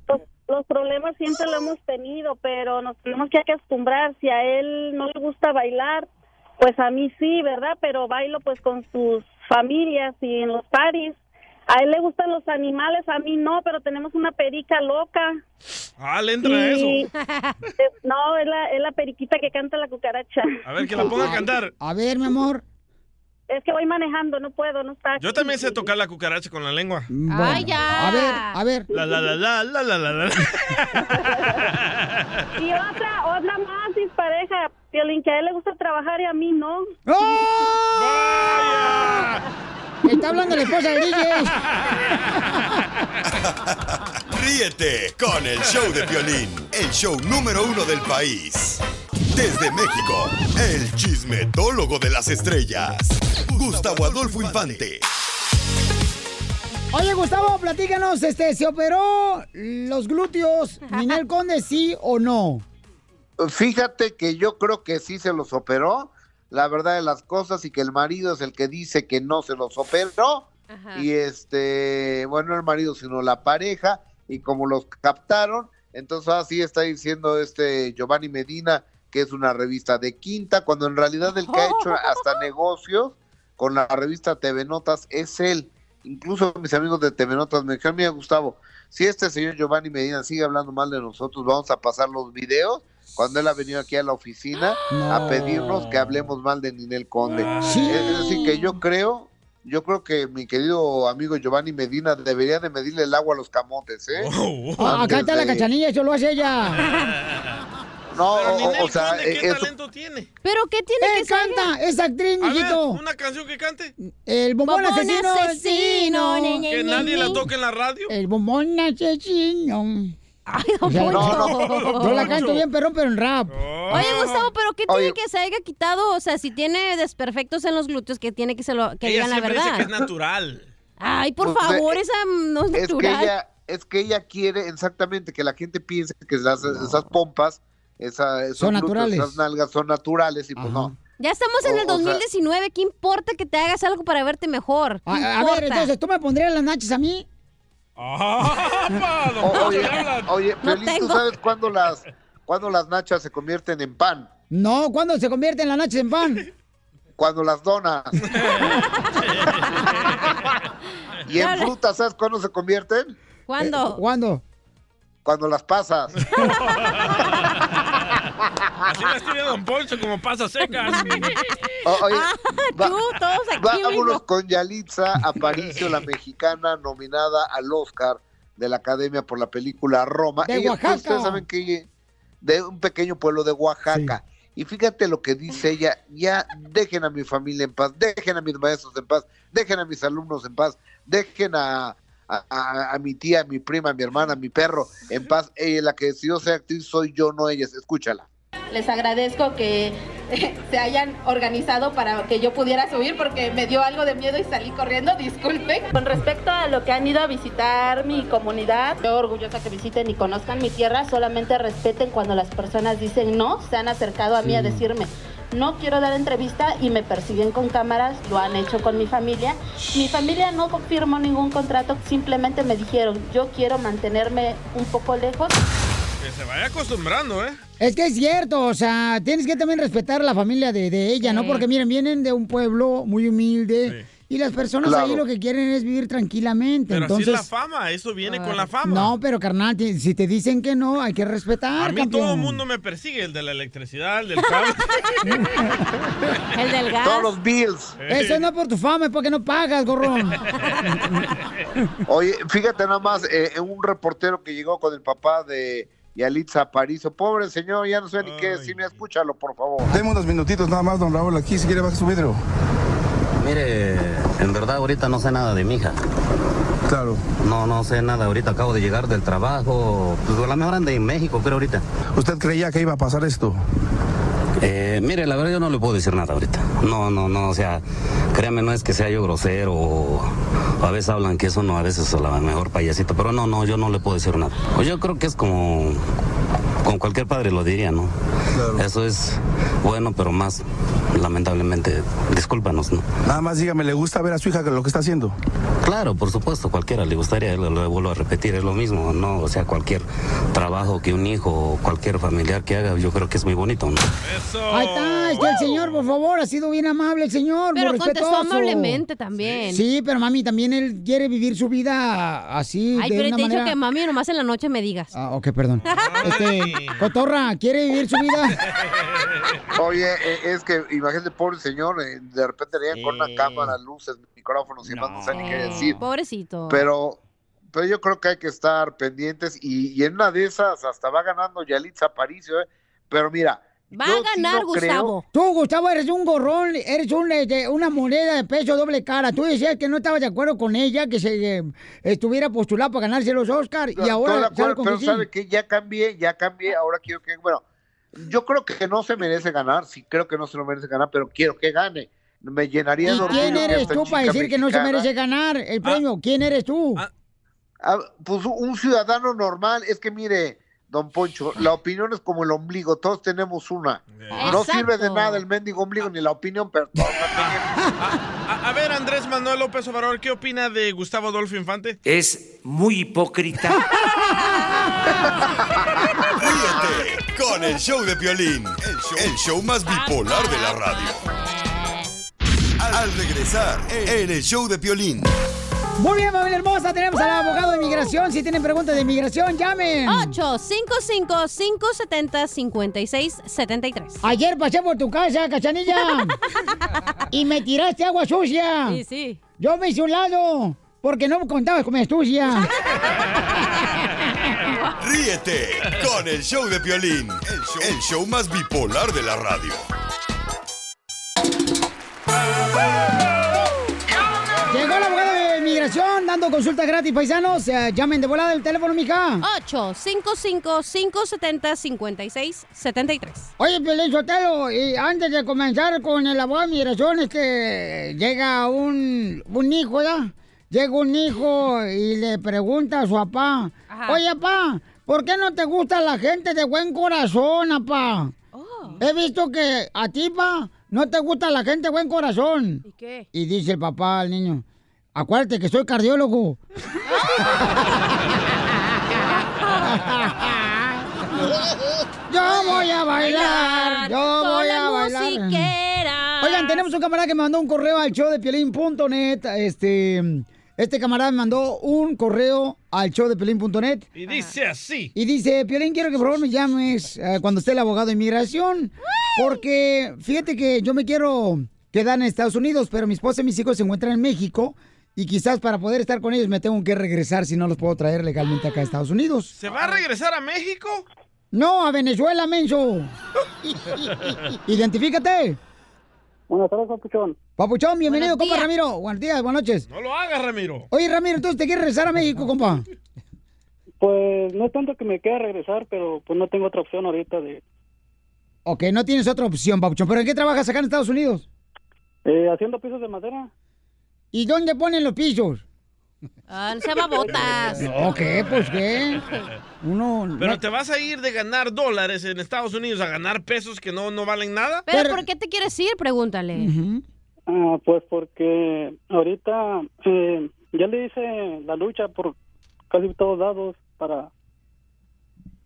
S19: los problemas siempre lo hemos tenido, pero nos tenemos que acostumbrar. Si a él no le gusta bailar, pues a mí sí, ¿verdad? Pero bailo pues con sus familias y en los paris. A él le gustan los animales, a mí no, pero tenemos una perica loca.
S2: Ah, le entra
S19: Y-
S2: eso.
S19: No, [laughs] es la, es la periquita que canta la cucaracha.
S2: A ver, que la ponga a cantar.
S1: A ver, mi amor.
S19: Es que voy manejando, no puedo, no está.
S2: Yo
S19: aquí.
S2: también sé tocar la cucaracha con la lengua.
S19: Ay, ya. a ver, a
S1: Mm, ver.
S2: La, la, la, la, la, la, la, la.
S19: Y otra, otra más dispareja, Piolín, que a él le gusta trabajar y a mí no.
S1: Está hablando la esposa del DJ.
S6: Ríete con el show de violín, el show número uno del país. Desde México, el chismetólogo de las estrellas, Gustavo Adolfo Infante.
S1: Oye, Gustavo, platícanos, este, ¿se operó los
S3: [laughs]
S1: glúteos Ninel Conde, sí o no?
S10: Fíjate que yo creo que sí se los operó, la verdad de las cosas, y que el marido es el que dice que no se los operó.
S11: Ajá.
S10: Y este, bueno, no el marido, sino la pareja, y como los captaron, entonces así está diciendo este Giovanni Medina que es una revista de quinta, cuando en realidad el que ha hecho hasta negocios con la revista TV Notas es él. Incluso mis amigos de TV Notas me dijeron, mira Gustavo, si este señor Giovanni Medina sigue hablando mal de nosotros, vamos a pasar los videos cuando él ha venido aquí a la oficina a pedirnos que hablemos mal de Ninel Conde. Es decir, que yo creo, yo creo que mi querido amigo Giovanni Medina debería de medirle el agua a los camotes, ¿eh?
S1: Ah, acá está la
S10: Antes de-
S1: cachanilla, eso lo
S10: [laughs]
S1: hace ella.
S10: No,
S1: Pero
S10: o-
S1: Ninel
S10: o sea,
S1: Conde, ¿qué
S10: eh, eso-
S2: tiene?
S3: ¿Pero qué tiene
S1: Eh,
S3: que
S1: canta,
S3: ser?
S1: es actriz,
S3: A ver,
S1: mijito.
S2: ¿Una canción que cante?
S1: El bombón
S2: Bombón
S1: asesino.
S2: asesino.
S1: ne, ne,
S2: Que
S1: ne,
S2: nadie
S1: ne.
S2: la toque en la radio.
S1: El bombón asesino. Ay,
S2: Poncho.
S1: Yo la canto bien, perrón, pero en rap.
S10: Oh.
S3: Oye, Gustavo, ¿pero qué
S1: Oye.
S3: tiene que se haya quitado? O sea, si tiene desperfectos en los glúteos, que tiene que se lo que
S10: Ella
S3: digan la
S10: siempre dice
S3: verdad.
S10: que es
S2: Natural.
S3: Ay, por
S10: Pues,
S3: favor,
S10: eh,
S3: esa no es
S10: es que
S3: natural.
S10: ella es que ella quiere exactamente que la gente piense que las- esas pompas esa, esos
S3: Son
S10: glúteos,
S3: naturales.
S10: esas nalgas son naturales y pues no
S3: Ya estamos
S10: O-
S3: en el
S10: o sea-
S3: 2019, ¿qué importa que te hagas algo para verte mejor?
S1: A- a ver, entonces, ¿tú me pondrías las nachas a mí?
S10: [laughs] O- oye, oye
S1: No
S10: Piolín,
S1: tengo.
S10: tú sabes cuándo las cuándo las nachas se convierten en pan
S1: No, ¿cuándo se convierte en las nachas en pan?
S10: cuando las donas y en
S1: Dale.
S10: frutas sabes cuándo se convierten
S3: ¿Cuándo?
S1: Eh, ¿Cuándo?
S10: cuando las pasas
S2: Así la estoy viendo Don Poncho como
S3: [laughs]
S2: pasa secas.
S10: O- oye, va-
S3: Ah, todos aquí
S10: Vámonos
S3: mismo.
S10: con Yalitza Aparicio, la mexicana nominada al Oscar de la Academia por la película Roma.
S1: De
S10: Ella, pues,
S1: Oaxaca.
S10: Ustedes saben que ella- de un pequeño pueblo de Oaxaca. Y fíjate lo que dice ella, ya dejen a mi familia en paz, dejen a mis maestros en paz, dejen a mis alumnos en paz, dejen a, a- a- a mi tía, a mi prima, a mi hermana, a mi perro en paz. Ella, la que decidió ser actriz soy yo, no ellas. Escúchala.
S7: Les agradezco que [laughs] se hayan organizado para que yo pudiera subir porque me dio algo de miedo y salí corriendo, disculpen. Con respecto a lo que han ido a visitar mi comunidad, yo orgullosa que visiten y conozcan mi tierra, solamente respeten cuando las personas dicen no, se han acercado a mí a decirme. No quiero dar entrevista y me persiguen con cámaras, lo han hecho con mi familia. Mi familia no firmó ningún contrato, simplemente me dijeron, yo quiero mantenerme un poco lejos.
S2: Que se vaya acostumbrando, ¿eh?
S1: Es que es cierto, o sea, tienes que también respetar a la familia de, de ella, ¿no?
S2: Sí.
S1: Porque miren, vienen de un pueblo muy humilde y las personas
S2: Claro.
S1: ahí lo que quieren es vivir tranquilamente.
S2: Pero
S1: Entonces,
S2: así es la fama, eso viene con la fama.
S1: No, pero carnal, ti- si te dicen que no, hay que respetar.
S2: A mí
S1: campeón.
S2: todo el mundo me persigue, el de la electricidad, el del [laughs] cable.
S3: [laughs] el del
S10: gas. Todos los bills.
S1: Eso no es por tu fama, es porque no pagas,
S3: [laughs]
S1: gorrón.
S10: Oye, fíjate nada más, eh, un reportero que llegó con el papá de Yalitza Aparicio. Pobre señor, ya no sé ni qué decirme, escúchalo, por favor.
S16: Deme unos minutitos nada más, don Raúl, aquí, si quiere baja su vidrio.
S24: Mire, en verdad ahorita no sé nada de mi hija. Claro. No, no sé nada ahorita. Acabo de llegar del trabajo. Pues a lo mejor anda en México, creo ahorita.
S16: ¿Usted creía que iba a pasar esto?
S24: Eh, mire, la verdad yo no le puedo decir nada ahorita. No, no, no, o sea, créame, no es que sea yo grosero o, o a veces hablan que eso no, a veces a la mejor payasito, pero no, no, yo no le puedo decir nada. Pues yo creo que es como, con cualquier padre lo diría, ¿no? Eso es bueno, pero más, lamentablemente, discúlpanos, ¿no?
S16: Nada más dígame, ¿le gusta ver a su hija que lo que está haciendo?
S24: Claro, por supuesto, cualquiera le gustaría, lo, lo vuelvo a repetir, es lo mismo, ¿no? O sea, cualquier trabajo que un hijo o cualquier familiar que haga, yo creo que es muy bonito, ¿no?
S1: Ahí está, es que el señor, por favor, ha sido bien amable el señor.
S3: Pero
S1: muy
S3: contestó
S1: respetuoso.
S3: amablemente también.
S1: Sí, pero mami, también él quiere vivir su vida así.
S3: Ay,
S1: de
S3: pero
S1: una
S3: te he dicho
S1: manera...
S3: que mami, nomás en la noche me digas.
S1: Ah, ok, perdón. Este, Cotorra, quiere vivir su
S3: [laughs]
S1: vida.
S10: Oye, eh, es que imagínate, pobre señor, eh, de repente le con una cámara, luces, micrófonos y más, no sé ni qué decir.
S3: Pobrecito.
S10: Pero, pero yo creo que hay que estar pendientes y, y en una de esas hasta va ganando Yalitza Aparicio, ¿eh? Pero mira,
S1: Va
S10: yo sí no creo-
S1: Tú, Gustavo, eres un gorrón, eres un, este, una moneda de peso doble cara. Tú decías que no estabas de acuerdo con ella, que se eh, estuviera postulada para ganarse los Oscar y
S10: Estoy de
S1: ahora
S10: acuerdo,
S1: sale con
S10: pero
S1: que sí.
S10: sabe que ya cambié, ya cambié, ahora quiero que, bueno, yo creo que no se merece ganar, sí creo que no se lo merece ganar, pero quiero que gane. me llenaría
S1: ¿Y
S10: de orgullo.
S1: quién
S10: que
S1: eres
S10: esta
S1: tú para
S10: chica
S1: decir que no se
S10: mexicana-
S1: merece ganar el premio? ¿Quién eres tú?
S10: Ah, pues un ciudadano normal, es que mire, don Poncho, la opinión es como el ombligo, todos tenemos una. No
S2: Exacto.
S10: sirve de nada el mendigo ombligo ni la opinión, pero todos la
S2: A, a ver, Andrés Manuel López Obrador, ¿qué opina de Gustavo Adolfo Infante?
S5: Es muy hipócrita.
S6: Ríete con el show de Piolín, el show, el show más bipolar de la radio. Al, al regresar en el show de Piolín.
S1: Muy bien, familia hermosa, tenemos al abogado de inmigración. Si tienen preguntas de inmigración, llamen.
S3: 855-570-5673.
S1: Ayer pasé por tu casa,
S3: [laughs]
S1: cachanilla. y me tiraste agua sucia.
S3: Sí, sí.
S1: Yo me hice un lado porque no contabas con mi
S3: [laughs]
S1: astucia.
S6: Ríete con el show de Piolín, el show, el show más bipolar de la radio.
S1: Llegó la abogada de inmigración dando consultas gratis, paisanos. Eh, llamen de volada el teléfono, mija.
S3: 855-570-5673.
S1: Oye, Piolín Sotelo, y antes de comenzar con el abogado de migración, este, llega un, un hijo, ¿verdad? Llega un hijo y le pregunta a su papá, oye, papá, ¿por qué no te gusta la gente de buen corazón, papá? He visto que a ti, pa, no te gusta la gente de buen corazón. ¿Y
S3: qué?
S1: Y dice el papá al niño, acuérdate que soy cardiólogo. Yo voy a bailar, yo
S3: con
S1: voy
S3: la
S1: a bailar.
S3: musiquera.
S1: Oigan, tenemos un camarada que me mandó un correo al show de piolín.net. Este, este camarada me mandó un correo al show de piolín.net.
S2: Y dice así.
S1: Y dice, Piolín, quiero que por favor me llames eh, cuando esté el abogado de inmigración. Porque fíjate que yo me quiero quedar en Estados Unidos, pero mi esposa y mis hijos se encuentran en México. Y quizás para poder estar con ellos me tengo que regresar si no los puedo traer legalmente acá a Estados Unidos.
S2: ¿Se va a regresar a México?
S1: No, a Venezuela, menso. [laughs] Identifícate.
S11: Buenas tardes, Papuchón.
S1: Papuchón, bienvenido,
S2: Buenos
S1: compa
S2: días.
S1: Ramiro. Buenos días, buenas noches.
S2: No lo hagas, Ramiro.
S1: Oye, Ramiro, entonces te quieres regresar a México, compa.
S11: Pues no es tanto que me quiera regresar, pero pues no tengo otra opción ahorita de
S1: Ok, no tienes otra opción, Papuchón. ¿Pero en qué trabajas acá en Estados Unidos?
S11: eh, haciendo pisos de madera.
S1: ¿Y dónde ponen los pisos?
S3: Ah, no se llama botas.
S1: No, ¿qué? Pues qué. Uno.
S2: Pero
S1: no-
S2: te vas a ir de ganar dólares en Estados Unidos a ganar pesos que no, no valen nada.
S3: ¿Pero por qué te quieres ir? Pregúntale.
S11: Ah, pues porque ahorita eh, ya le hice la lucha por casi todos lados para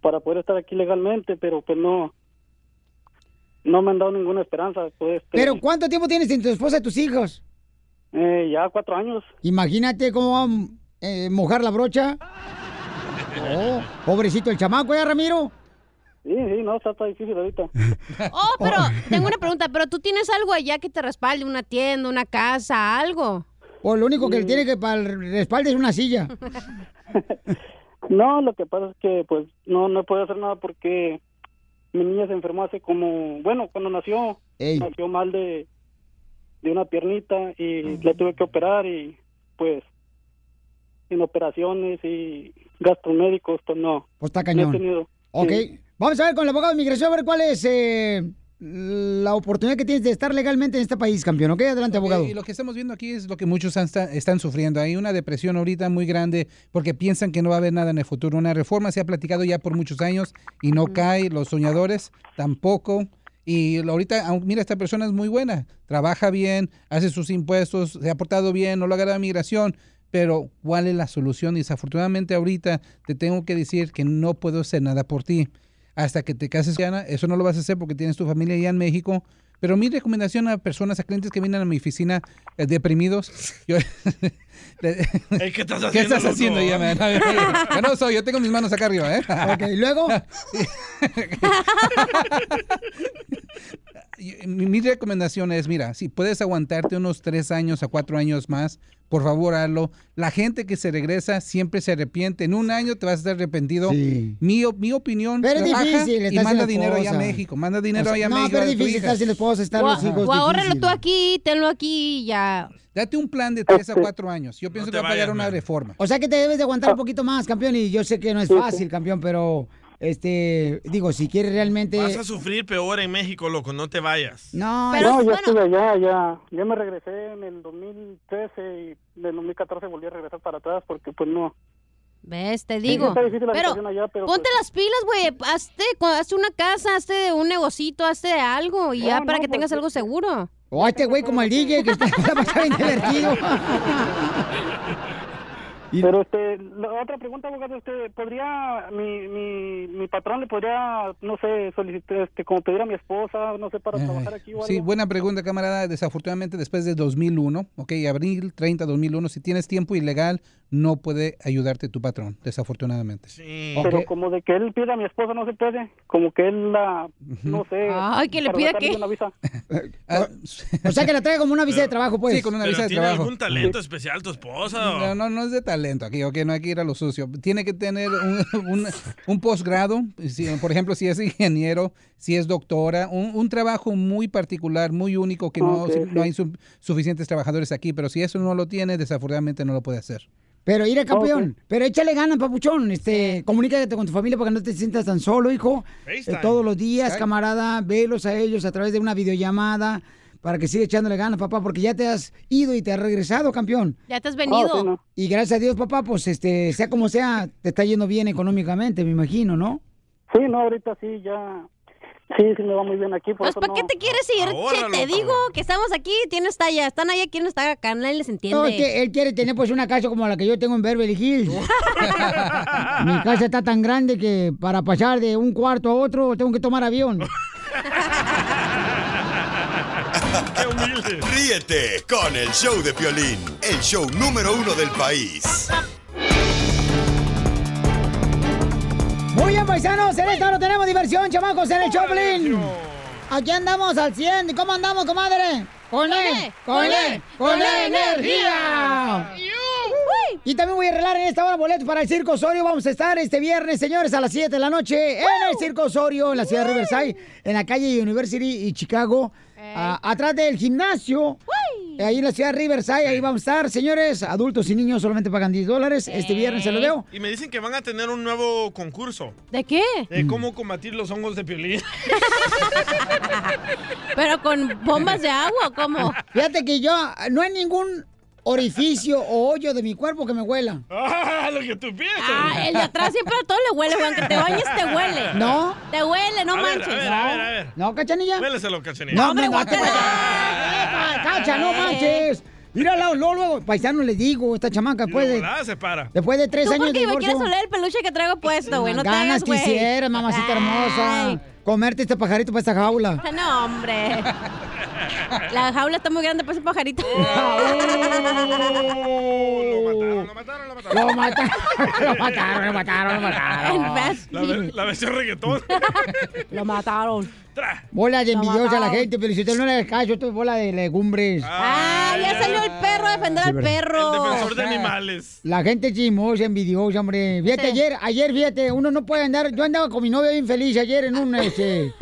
S11: para poder estar aquí legalmente, pero pues no no me han dado ninguna esperanza. Pues que-
S1: Pero ¿cuánto tiempo tienes sin tu esposa y tus hijos?
S11: Eh, ya cuatro años.
S1: Imagínate cómo va a eh, mojar la brocha. Oh, pobrecito el chamaco, ¿eh, Ramiro?
S11: Sí, sí, no, está, está difícil ahorita.
S3: Oh, pero tengo una pregunta. ¿Pero tú tienes algo allá que te respalde? ¿Una tienda, una casa, algo? Mm.
S1: O lo único que le tiene que para el respaldo es una silla.
S11: [laughs] No, lo que pasa es que pues no no puedo hacer nada porque mi niña se enfermó hace como, bueno, cuando nació,
S1: Ey.
S11: nació mal de, de una piernita y la tuve que operar y pues en operaciones y gastos médicos, pues no.
S1: Pues está
S11: No he
S1: cañón.
S11: tenido.
S1: Ok.
S11: Sí.
S1: Vamos a ver con el abogado de migración, a ver cuál es eh, la oportunidad que tienes de estar legalmente en este país, campeón. Ok, adelante, abogado.
S12: Y lo que estamos viendo aquí es lo que muchos han- está- están sufriendo. Hay una depresión ahorita muy grande porque piensan que no va a haber nada en el futuro. Una reforma se ha platicado ya por muchos años y no cae. Los soñadores tampoco. Y lo- ahorita, aun- mira, esta persona es muy buena. Trabaja bien, hace sus impuestos, se ha portado bien, no lo agarra la migración. Pero, ¿cuál es la solución? Desafortunadamente, ahorita te tengo que decir que no puedo hacer nada por ti hasta que te cases, Diana. Eso no lo vas a hacer porque tienes tu familia allá en México. Pero mi recomendación a personas, a clientes que vienen a mi oficina eh, deprimidos, yo- [laughs]
S2: ¿Qué estás
S12: ¿Qué
S2: haciendo?
S12: estás
S2: loco?
S12: haciendo ya, man? A ver,
S3: [laughs]
S12: [laughs] yo no soy, yo tengo mis manos acá arriba, ¿eh?
S1: [laughs] Ok, ¿y
S12: [laughs]
S1: luego?
S12: Y- mi, mi recomendación es, mira, si puedes aguantarte unos tres años a cuatro años más, por favor hazlo. La gente que se regresa siempre se arrepiente. En un año te vas a estar arrepentido. Mi, op- mi opinión
S1: Pero es
S12: trabaja
S1: difícil
S12: y
S1: estar sin
S12: manda
S1: la
S12: dinero allá a
S1: esposa.
S12: México. Manda dinero
S1: O sea,
S12: allá a
S1: no,
S12: México.
S1: pero
S12: a tu
S1: difícil
S12: hija.
S1: estar sin la esposa, estar
S3: O,
S1: los hijos.
S3: o ahórralo
S12: difícil.
S3: tú aquí, tenlo aquí y ya.
S12: Date un plan de tres a
S11: Este
S12: cuatro años. Yo pienso
S1: te
S12: que va a pagar
S1: vayas,
S12: una reforma.
S11: Ah.
S1: O sea que te debes de aguantar un poquito más, campeón, y yo sé que no es
S12: Sí, sí.
S1: fácil, campeón, pero Este, digo, si quieres realmente.
S2: Vas a sufrir peor en México, loco, no te vayas.
S1: No,
S11: no, ya estuve allá, ya. Yo me regresé en el 2013 y en el 2014 volví a regresar para atrás porque pues no.
S3: ¿Ves? Te
S11: Sí,
S3: digo.
S11: está difícil la
S3: pero,
S11: situación allá, pero,
S3: ponte
S11: pues-
S3: las pilas, güey. Hazte, co- hazte una casa, hazte un negocito, hazte algo y ya para que tengas
S11: pues,
S3: algo
S11: [laughs]
S3: seguro.
S1: O a este güey como el DJ que está, [laughs] la pasa bien divertido.
S11: Pero este, la otra pregunta, abogado, este, ¿podría, mi, mi, mi patrón le podría, no sé, solicitar, este, como pedir a mi esposa, no sé, para trabajar aquí o algo?
S12: Eh, Sí, buena pregunta, camarada. Desafortunadamente, después de 2001, ok, abril 30, 2001, si tienes tiempo ilegal, no puede ayudarte tu patrón, desafortunadamente. Oh,
S11: Pero
S12: Ok.
S11: como de que él pida a mi esposa no se puede, como que él la, no sé.
S3: Ay, que le
S11: para
S3: pida
S11: sacarle
S3: qué.
S11: una visa.
S12: ah,
S1: O sea que la trae como una visa de trabajo, pues.
S12: Sí, con una
S2: Pero
S12: visa de
S2: tiene
S12: trabajo.
S2: algún talento especial tu esposa. o-
S12: No, no, no es de talento aquí, ok, no hay que ir a lo sucio. Tiene que tener un, [laughs] un- un posgrado, si- por ejemplo, si es ingeniero, si es doctora, un, un trabajo muy particular, muy único, que no,
S1: Ok,
S12: no hay su- suficientes trabajadores aquí, pero si eso no lo tiene, desafortunadamente no lo puede hacer.
S1: Pero
S11: Oh,
S1: ir a campeón, pero échale ganas, papuchón. Este, comunícate con tu familia para que no te sientas tan solo, hijo.
S12: FaceTime.
S1: Eh, todos los días,
S12: Ay.
S1: camarada, velos a ellos a través de una videollamada para que siga echándole ganas, papá, porque ya te has ido y te has regresado, campeón.
S3: Ya te has venido.
S1: Oh, sí, no. Y gracias a Dios, papá, pues este, sea como sea, te está yendo bien económicamente, me imagino, ¿no?
S11: Sí, no, ahorita sí, ya. Sí, sí, me va muy bien aquí. Por eso
S3: ¿Para
S11: no...
S3: Pues, qué te quieres ir?
S11: Ahórralo,
S3: che, te digo que estamos aquí, tienes talla. Están allá, ¿quién está acá? Nadie les entiende.
S1: No, es que él quiere tener pues una casa como la que yo tengo en Beverly Hills. Mi casa está tan grande que para pasar de un cuarto a otro tengo que tomar avión.
S6: Ríete con el show de Piolín, el show número uno del país.
S1: Muy bien, paisanos, en esta hora tenemos diversión, chamacos, en el Choplin. Aquí andamos al 100. ¿Cómo andamos, comadre? Con él, con él, con E energía. Y también voy a arreglar en esta hora boletos para el Circo Osorio. Vamos a estar este viernes, señores, a las 7 de la noche en el Circo Osorio, en la ciudad de Riverside, en la calle University y Chicago, a- atrás del gimnasio. Ahí en la ciudad de Riverside, ahí vamos a estar, señores. Adultos y niños solamente pagan 10 dólares. Este viernes se lo veo.
S2: Y me dicen que van a tener un nuevo concurso.
S3: ¿De qué?
S2: De cómo combatir los hongos de Piolín. [laughs]
S3: Pero con bombas de agua, ¿cómo?
S1: Fíjate que yo no hay ningún orificio o hoyo de mi cuerpo que me huela.
S2: [laughs] ¡Ah, lo que tú piensas!
S3: Ah, el de atrás siempre a todo le huele, güey. Aunque te bañes, te huele.
S1: [laughs] No.
S3: Te huele, no
S2: a ver,
S3: manches.
S2: a ver, a ver, a ver.
S1: No, cachanilla.
S2: Huéleselo, cachanilla.
S1: No, hombre, guácala. Ah, Cacha, no manches. Mira, luego, luego, luego, paisano le digo, esta chamaca
S2: Y de
S1: puede.
S2: volada se para.
S1: Después de tres
S3: Tú
S1: años de
S3: porque me
S1: divorcio.
S3: quieres oler el peluche que traigo puesto, güey. No te
S1: ganas
S3: hagas, güey.
S1: quisiera, mamacita hermosa. Comerte este pajarito para esta jaula.
S3: Ah, No, hombre. La jaula está muy grande para ese pajarito.
S1: [laughs] Lo mataron, lo mataron, lo mataron, lo mataron.
S2: La, ve- la versión reggaetón.
S1: Lo mataron. Bola de
S3: Lo
S1: envidiosa la
S3: mataron.
S1: gente, pero si usted no le hace caso, esto es bola de legumbres.
S3: Ah, ya salió el perro a defender
S1: Sí,
S3: al
S1: verdad.
S3: perro.
S1: El defensor de animales. La gente chismosa, envidiosa, hombre. Fíjate, ayer, ayer, fíjate, uno no puede andar. Yo andaba con mi novia bien feliz ayer en un,
S3: [laughs]
S1: este...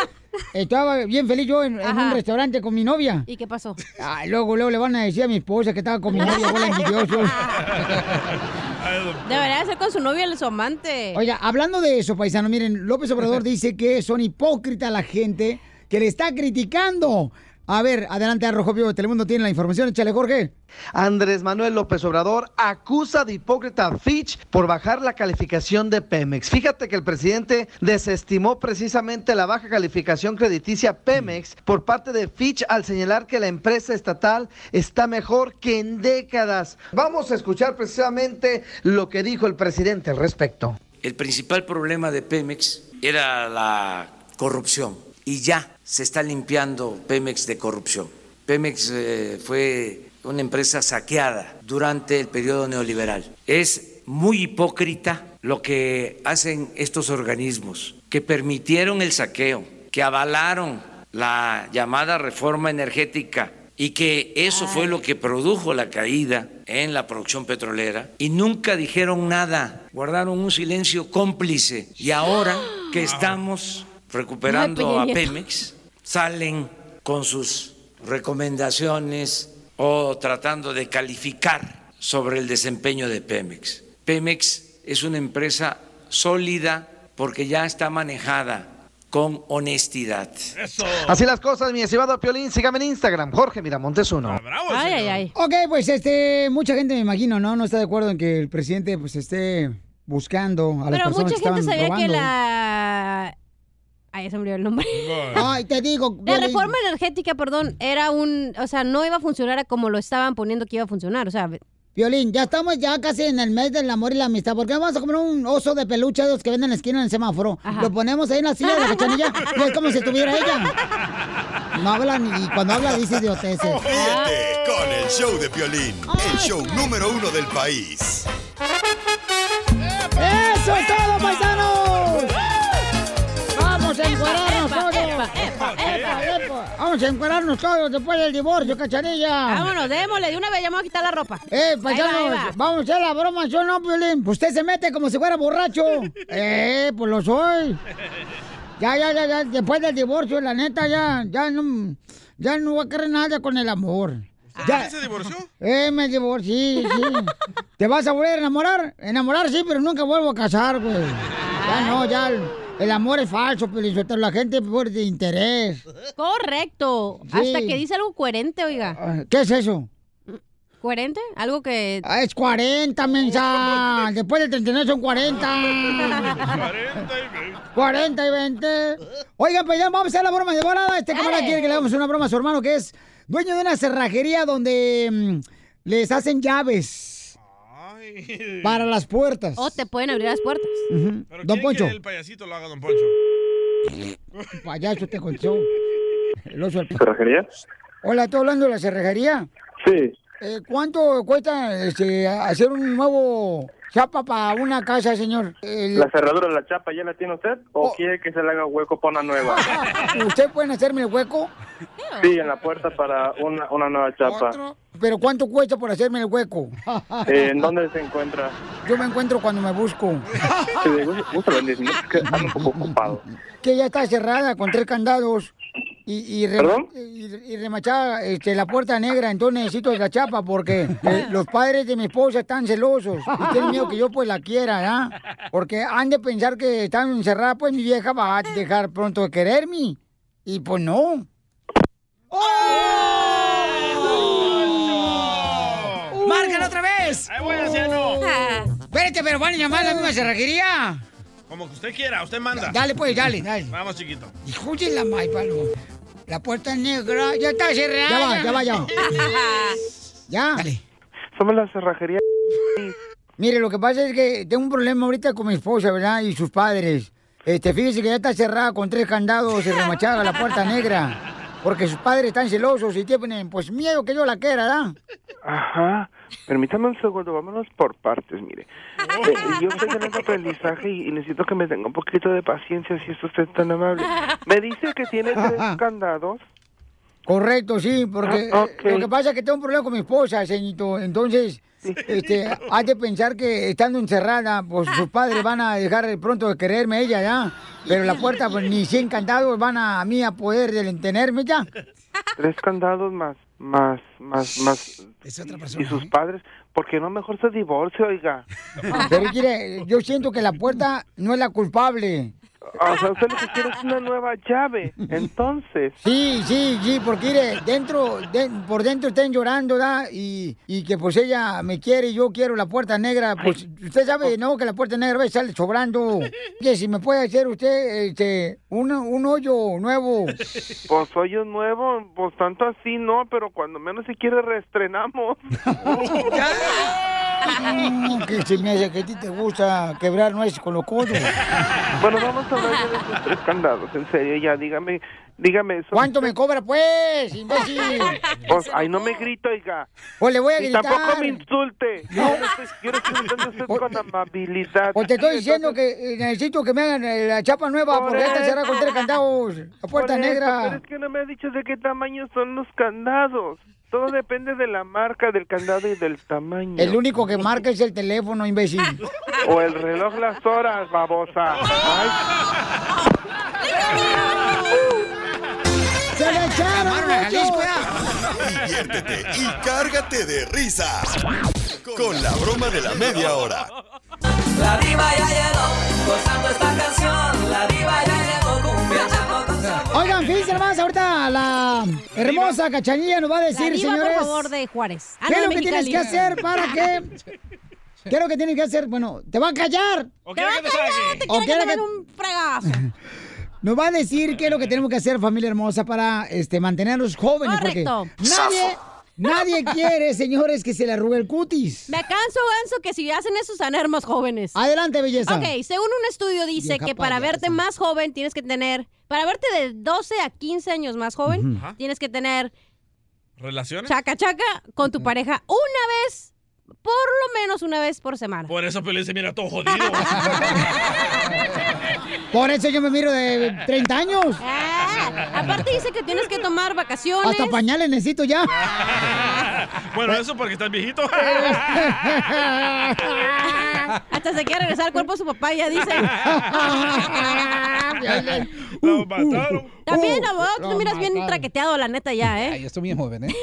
S1: Estaba bien feliz yo en, en un
S3: Ajá.
S1: restaurante con mi novia.
S3: ¿Y qué pasó?
S1: Ay, luego, luego le van a decir a mi esposa que estaba con mi novia, bola de
S3: [laughs]
S1: envidiosos.
S2: Ah,
S3: Debería ser con su novia o su amante.
S1: Oiga, hablando de eso, paisano, miren, López Obrador dice que son hipócritas la gente que le está criticando. A ver, adelante, Rojo Vivo de Telemundo tiene la información. Échale, Jorge.
S4: Andrés Manuel López Obrador acusa de hipócrita a Fitch por bajar la calificación de Pemex. Fíjate que el presidente desestimó precisamente la baja calificación crediticia Pemex por parte de Fitch al señalar que la empresa estatal está mejor que en décadas. Vamos a escuchar precisamente lo que dijo el presidente al respecto.
S5: El principal problema de Pemex era la corrupción y ya se está limpiando Pemex de corrupción. Pemex eh, fue una empresa saqueada durante el periodo neoliberal. Es muy hipócrita lo que hacen estos organismos que permitieron el saqueo, que avalaron la llamada reforma energética y que eso fue lo que produjo la caída en la producción petrolera y nunca dijeron nada, guardaron un silencio cómplice y ahora que estamos recuperando
S13: Ay,
S5: a
S13: Peña Nieto.
S5: Pemex salen con sus recomendaciones o tratando de calificar sobre el desempeño de Pemex. Pemex es una empresa sólida, porque ya está manejada con honestidad.
S4: Así las cosas, mi estimado Piolín. Sígame en Instagram, Jorge Miramontes uno.
S1: Ay, ay, ay. Ok, pues este, mucha gente me imagino, ¿no? No está de acuerdo en que el presidente pues esté buscando a las
S3: Pero
S1: personas
S3: mucha
S1: que
S3: gente
S1: estaban
S3: sabía que
S1: robando.
S3: la... Ay, ya se me olvidó el nombre. [laughs]
S1: Ay, te digo.
S3: La
S1: Piolín.
S3: reforma energética, perdón, era un... O sea, no iba a funcionar a como lo estaban poniendo que iba a funcionar. O sea,
S1: Violín, ya estamos ya casi en el mes del amor y la amistad. ¿Por qué no vamos a comprar un oso de peluche de los que venden en la esquina en el semáforo? Lo ponemos ahí en la silla de la cachanilla y es como si estuviera ella. No hablan y cuando habla dice idioteces.
S6: Ríete con el show de Piolín, el show número uno del país.
S1: ¡Eso es todo, paisanos! ¡Vamos a encuadrarnos todos!
S2: ¿eh?
S1: ¡Vamos a encuadrarnos todos después del divorcio, cachanilla!
S3: Vámonos, démosle de una vez, ya me voy a quitar la ropa.
S1: ¡Eh,
S3: Ahí va, ahí va.
S1: paisanos! ¡Vamos a hacer la broma, yo no, Violín! ¡Usted se mete como si fuera
S3: [laughs]
S1: borracho! ¡Eh, pues lo soy! Ya, ya, ya, ya, después del divorcio, la neta, ya, ya no, ya no va a querer nada con el amor. Ya,
S2: ¿Quién se divorció?
S1: eh, me divorcié, sí. ¿Te vas a volver a enamorar? Enamorar sí, pero nunca vuelvo a casar, güey. Ya no, ya el, el amor es falso, pero la gente pues, por de interés.
S3: Correcto.
S1: Sí.
S3: Hasta que dice algo coherente, oiga.
S1: Ah, ¿Qué es eso?
S3: ¿Coherente? Algo que...
S1: Ah, Es 40, mensa. Ah, Después del 39 son 40. 40 y 20. Oigan, pues ya vamos a hacer la broma de volada. Este camarada quiere que le hagamos una broma a su hermano que es dueño de una cerrajería donde mm, les hacen llaves para las puertas.
S3: O te pueden abrir las puertas.
S1: Ujú. Don Poncho.
S2: Que el payasito lo haga Don Poncho.
S1: [laughs] Payaso te contó. El oso del pa-
S25: ¿Cerrajería?
S1: Hola, ¿estoy hablando de la cerrajería?
S25: Sí.
S1: Eh, ¿Cuánto cuesta este, hacer un nuevo chapa para una casa, señor? El-
S25: ¿La cerradura de la chapa ya la tiene usted
S1: Oh.
S25: o quiere que se le haga hueco para una
S3: [laughs]
S25: nueva?
S1: ¿Usted pueden hacerme el hueco?
S25: Sí, en la puerta para una, una nueva chapa.
S1: ¿Pero cuánto cuesta por hacerme el hueco?
S25: Eh, ¿En dónde se
S3: [laughs]
S25: encuentra?
S1: Yo me encuentro cuando me busco.
S25: Sí, gusta- gusta los diez minutos, que ando un poco ocupado.
S1: Que ya está cerrada con tres candados y, y, re-
S25: ¿Perdón?
S1: y- y remachada este, la puerta negra, entonces necesito la chapa porque eh, los padres de mi esposa están celosos y tienen miedo que yo pues la quiera, ¿ya? Porque han de pensar que están encerrada, pues mi vieja va a dejar pronto de quererme y pues no. ¡Márcala otra vez! ¡Ahí voy, [laughs] anciano! Espérate, pero van a llamar a la misma cerrajería.
S2: Como que usted quiera, usted manda.
S1: Dale, pues, dale, dale.
S2: Vamos, chiquito.
S1: Hijo de la may, palo. La puerta negra ya está cerrada.
S25: Ya va, ya va, ya.
S1: [laughs] ya. Dale.
S25: Somos la cerrajería.
S1: Mire, lo que pasa es que tengo un problema ahorita con mi esposa, ¿verdad? Y sus padres. Este, fíjese que ya está cerrada con tres candados y remachada la puerta negra. Porque sus padres están celosos y tienen, pues, miedo que yo la quiera, ¿verdad?
S25: Ajá. Permítame un segundo, vámonos por partes, mire. Eh, yo estoy en el aprendizaje y, y necesito que me tenga un poquito de paciencia si es usted tan amable. Me dice que tiene tres candados.
S1: Correcto, sí, porque
S25: Ah, ok.
S1: eh, lo que pasa es que tengo un problema con mi esposa, señorito. Entonces, este, has de pensar que estando encerrada, pues sus padres van a dejar de pronto de quererme ella, ¿ya? Pero la puerta, pues ni 100 candados van a, a mí a poder detenerme, ¿ya?
S25: Tres candados más, más, más, más. Y sus padres, porque no mejor se divorcio, oiga.
S1: [laughs] Pero mire, yo siento que la puerta no es la culpable.
S25: O sea, usted lo que quiere es una nueva llave, entonces.
S1: Sí, sí, sí, porque mire, dentro, de- por dentro estén llorando, ¿da? Y, y que pues ella me quiere y yo quiero la puerta negra. Pues usted sabe, ¿no? Que la puerta negra va a sale
S25: [laughs]
S1: sobrando. Que si me puede hacer usted este, un, un hoyo nuevo.
S25: Pues soy un nuevo, pues tanto así no, pero cuando menos se quiere reestrenamos.
S1: Mm, que se me hace que a ti te gusta quebrar nueces con los codos.
S25: Bueno, vamos a hablar ya de esos tres candados, en serio, ya, dígame, dígame eso.
S1: ¿Cuánto me cobra, pues, imbécil?
S25: [laughs] Pues, ay, no me grito, oiga.
S1: O le voy a
S25: Y
S1: gritar.
S25: tampoco me insulte.
S1: No.
S25: Yo le estoy- Yo le estoy gritando a usted con amabilidad.
S1: O Pues te estoy diciendo que eh, necesito que me hagan eh, la chapa nueva
S25: Por
S1: porque ya está
S25: eso.
S1: cerrada con tres
S25: [laughs]
S1: candados. La puerta
S25: Por eso,
S1: negra.
S25: Pero es que no me ha dicho de qué tamaño son los candados. Todo depende de la marca del candado y del tamaño.
S1: El único que marca es el teléfono, imbécil.
S25: O el reloj las horas,
S1: [laughs]
S25: babosa. Ay,
S1: ¡Se le echaron!
S6: Diviértete y cárgate de risa. Con la broma de la media hora.
S23: La diva ya llegó,
S9: Gozando esta canción, la diva ya llegó cumbiachando con sabor.
S1: Oigan, fíjense nomás, ahorita la hermosa Cachanilla nos va a decir,
S3: La diva,
S1: señores.
S3: por favor, de Juárez. Ah,
S1: ¿Qué
S3: no,
S1: es
S3: de
S1: lo que tienes
S3: Mexicali.
S1: que hacer para
S3: [laughs]
S1: que.? ¿Qué es lo que tienes que hacer? Bueno, ¿te va a callar?
S3: ¡Te va a callar! ¡Te
S1: ¿O
S3: quiero
S1: quiere
S3: que te den un fragazo!
S1: Nos va a decir qué es lo que tenemos que hacer, familia hermosa, para este, mantenernos jóvenes.
S3: Correcto.
S1: Porque nadie,
S3: [laughs] Safo.
S1: nadie quiere, señores, que se le arrugue el cutis.
S3: Me canso, Ganso, que si hacen eso sanar más jóvenes.
S1: Adelante, belleza.
S3: Ok, según un estudio dice
S1: Vieja
S3: que para
S1: payasa.
S3: verte más joven tienes que tener... Para verte de 12 a 15 años más joven,
S2: Ujú. Ajá.
S3: tienes que tener
S2: ¿Relaciones?
S3: chaca chaca con tu pareja una vez, por lo menos una vez por semana.
S2: Por eso Pelín se mira
S1: [laughs]
S2: todo jodido.
S1: Por eso yo me miro de 30 años.
S3: Ah, Aparte dice que tienes que tomar vacaciones.
S1: Hasta pañales necesito ya.
S2: bueno, eso porque estás viejito.
S3: [laughs] Hasta se quiere regresar al cuerpo de su papá,
S1: [laughs]
S3: ya dice.
S1: Uh,
S2: Lo
S1: [laughs]
S2: mataron.
S3: También,
S12: Uh,
S3: abogado, tú
S12: lo
S3: te miras bien
S12: mataron.
S3: traqueteado, la neta, ya, ¿eh?
S12: Ay, yo estoy bien joven, ¿eh?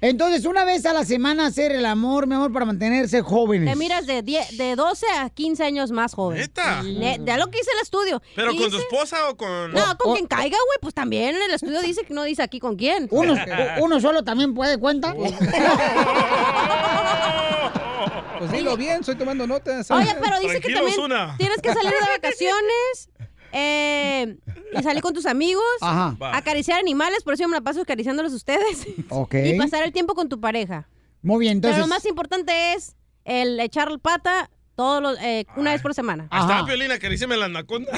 S1: Entonces, una vez a la semana hacer el amor, mi amor, para mantenerse jóvenes.
S3: Te miras de, 10 de 12 a 15 años más joven.
S2: ¿Neta?
S3: Ne- De lo que hice el estudio.
S2: ¿Pero
S3: Y
S2: con tu
S3: dice-
S2: esposa o con...?
S3: No, con quien caiga, güey, pues también el estudio dice que no dice aquí con quién.
S2: Uno- u-
S1: uno solo también puede, cuenta.
S12: Pues dilo bien, estoy tomando notas.
S3: Oye, pero dice que también tienes que [laughs] salir de vacaciones. eh, y salir con tus amigos,
S1: Ajá. Va.
S3: acariciar animales, por eso yo me la paso acariciándolos a ustedes.
S1: Ok.
S3: Y
S1: [laughs]
S3: pasar el tiempo con tu pareja.
S1: Muy bien, entonces.
S3: Pero lo más importante es el echar el pata todos los, eh, una
S12: Ah.
S3: vez por semana.
S2: Hasta Piolina, acaríciame la anaconda.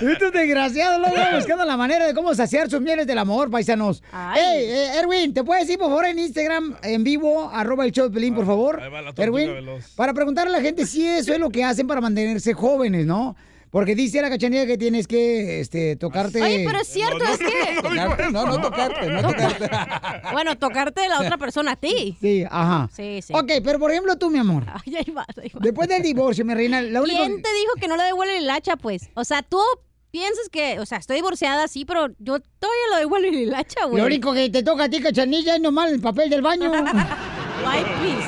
S1: Estos desgraciados luego andan buscando la manera de cómo saciar sus mieles del amor, paisanos. Ey, eh, Erwin, ¿te puedes ir, por favor, en Instagram, en vivo, arroba el show de Pelín, por favor?
S2: ahí va la tortuga
S1: Erwin,
S2: veloz.
S1: para preguntarle a la gente si eso es lo que hacen para mantenerse jóvenes, ¿no? Porque dice la cachanilla que tienes que este, tocarte...
S3: Oye, pero es cierto, es que...
S12: Tocarte, no, no tocarte, no tocarte.
S3: [laughs] Bueno, tocarte de la otra persona a ti.
S1: Sí, ajá.
S3: Sí, sí.
S1: Ah. Ok, pero por ejemplo tú, mi amor.
S3: Ay, ahí vas, ahí vas.
S1: Después del divorcio, mi reina, la única...
S3: ¿Quién te dijo que no le devuelven el hacha, pues? O sea, tú piensas que, o sea, estoy divorciada, sí, pero yo todavía lo devuelven el hacha, güey.
S1: Lo único que te toca a ti, cachanilla, es nomás el papel del baño.
S3: [laughs] Ay, please.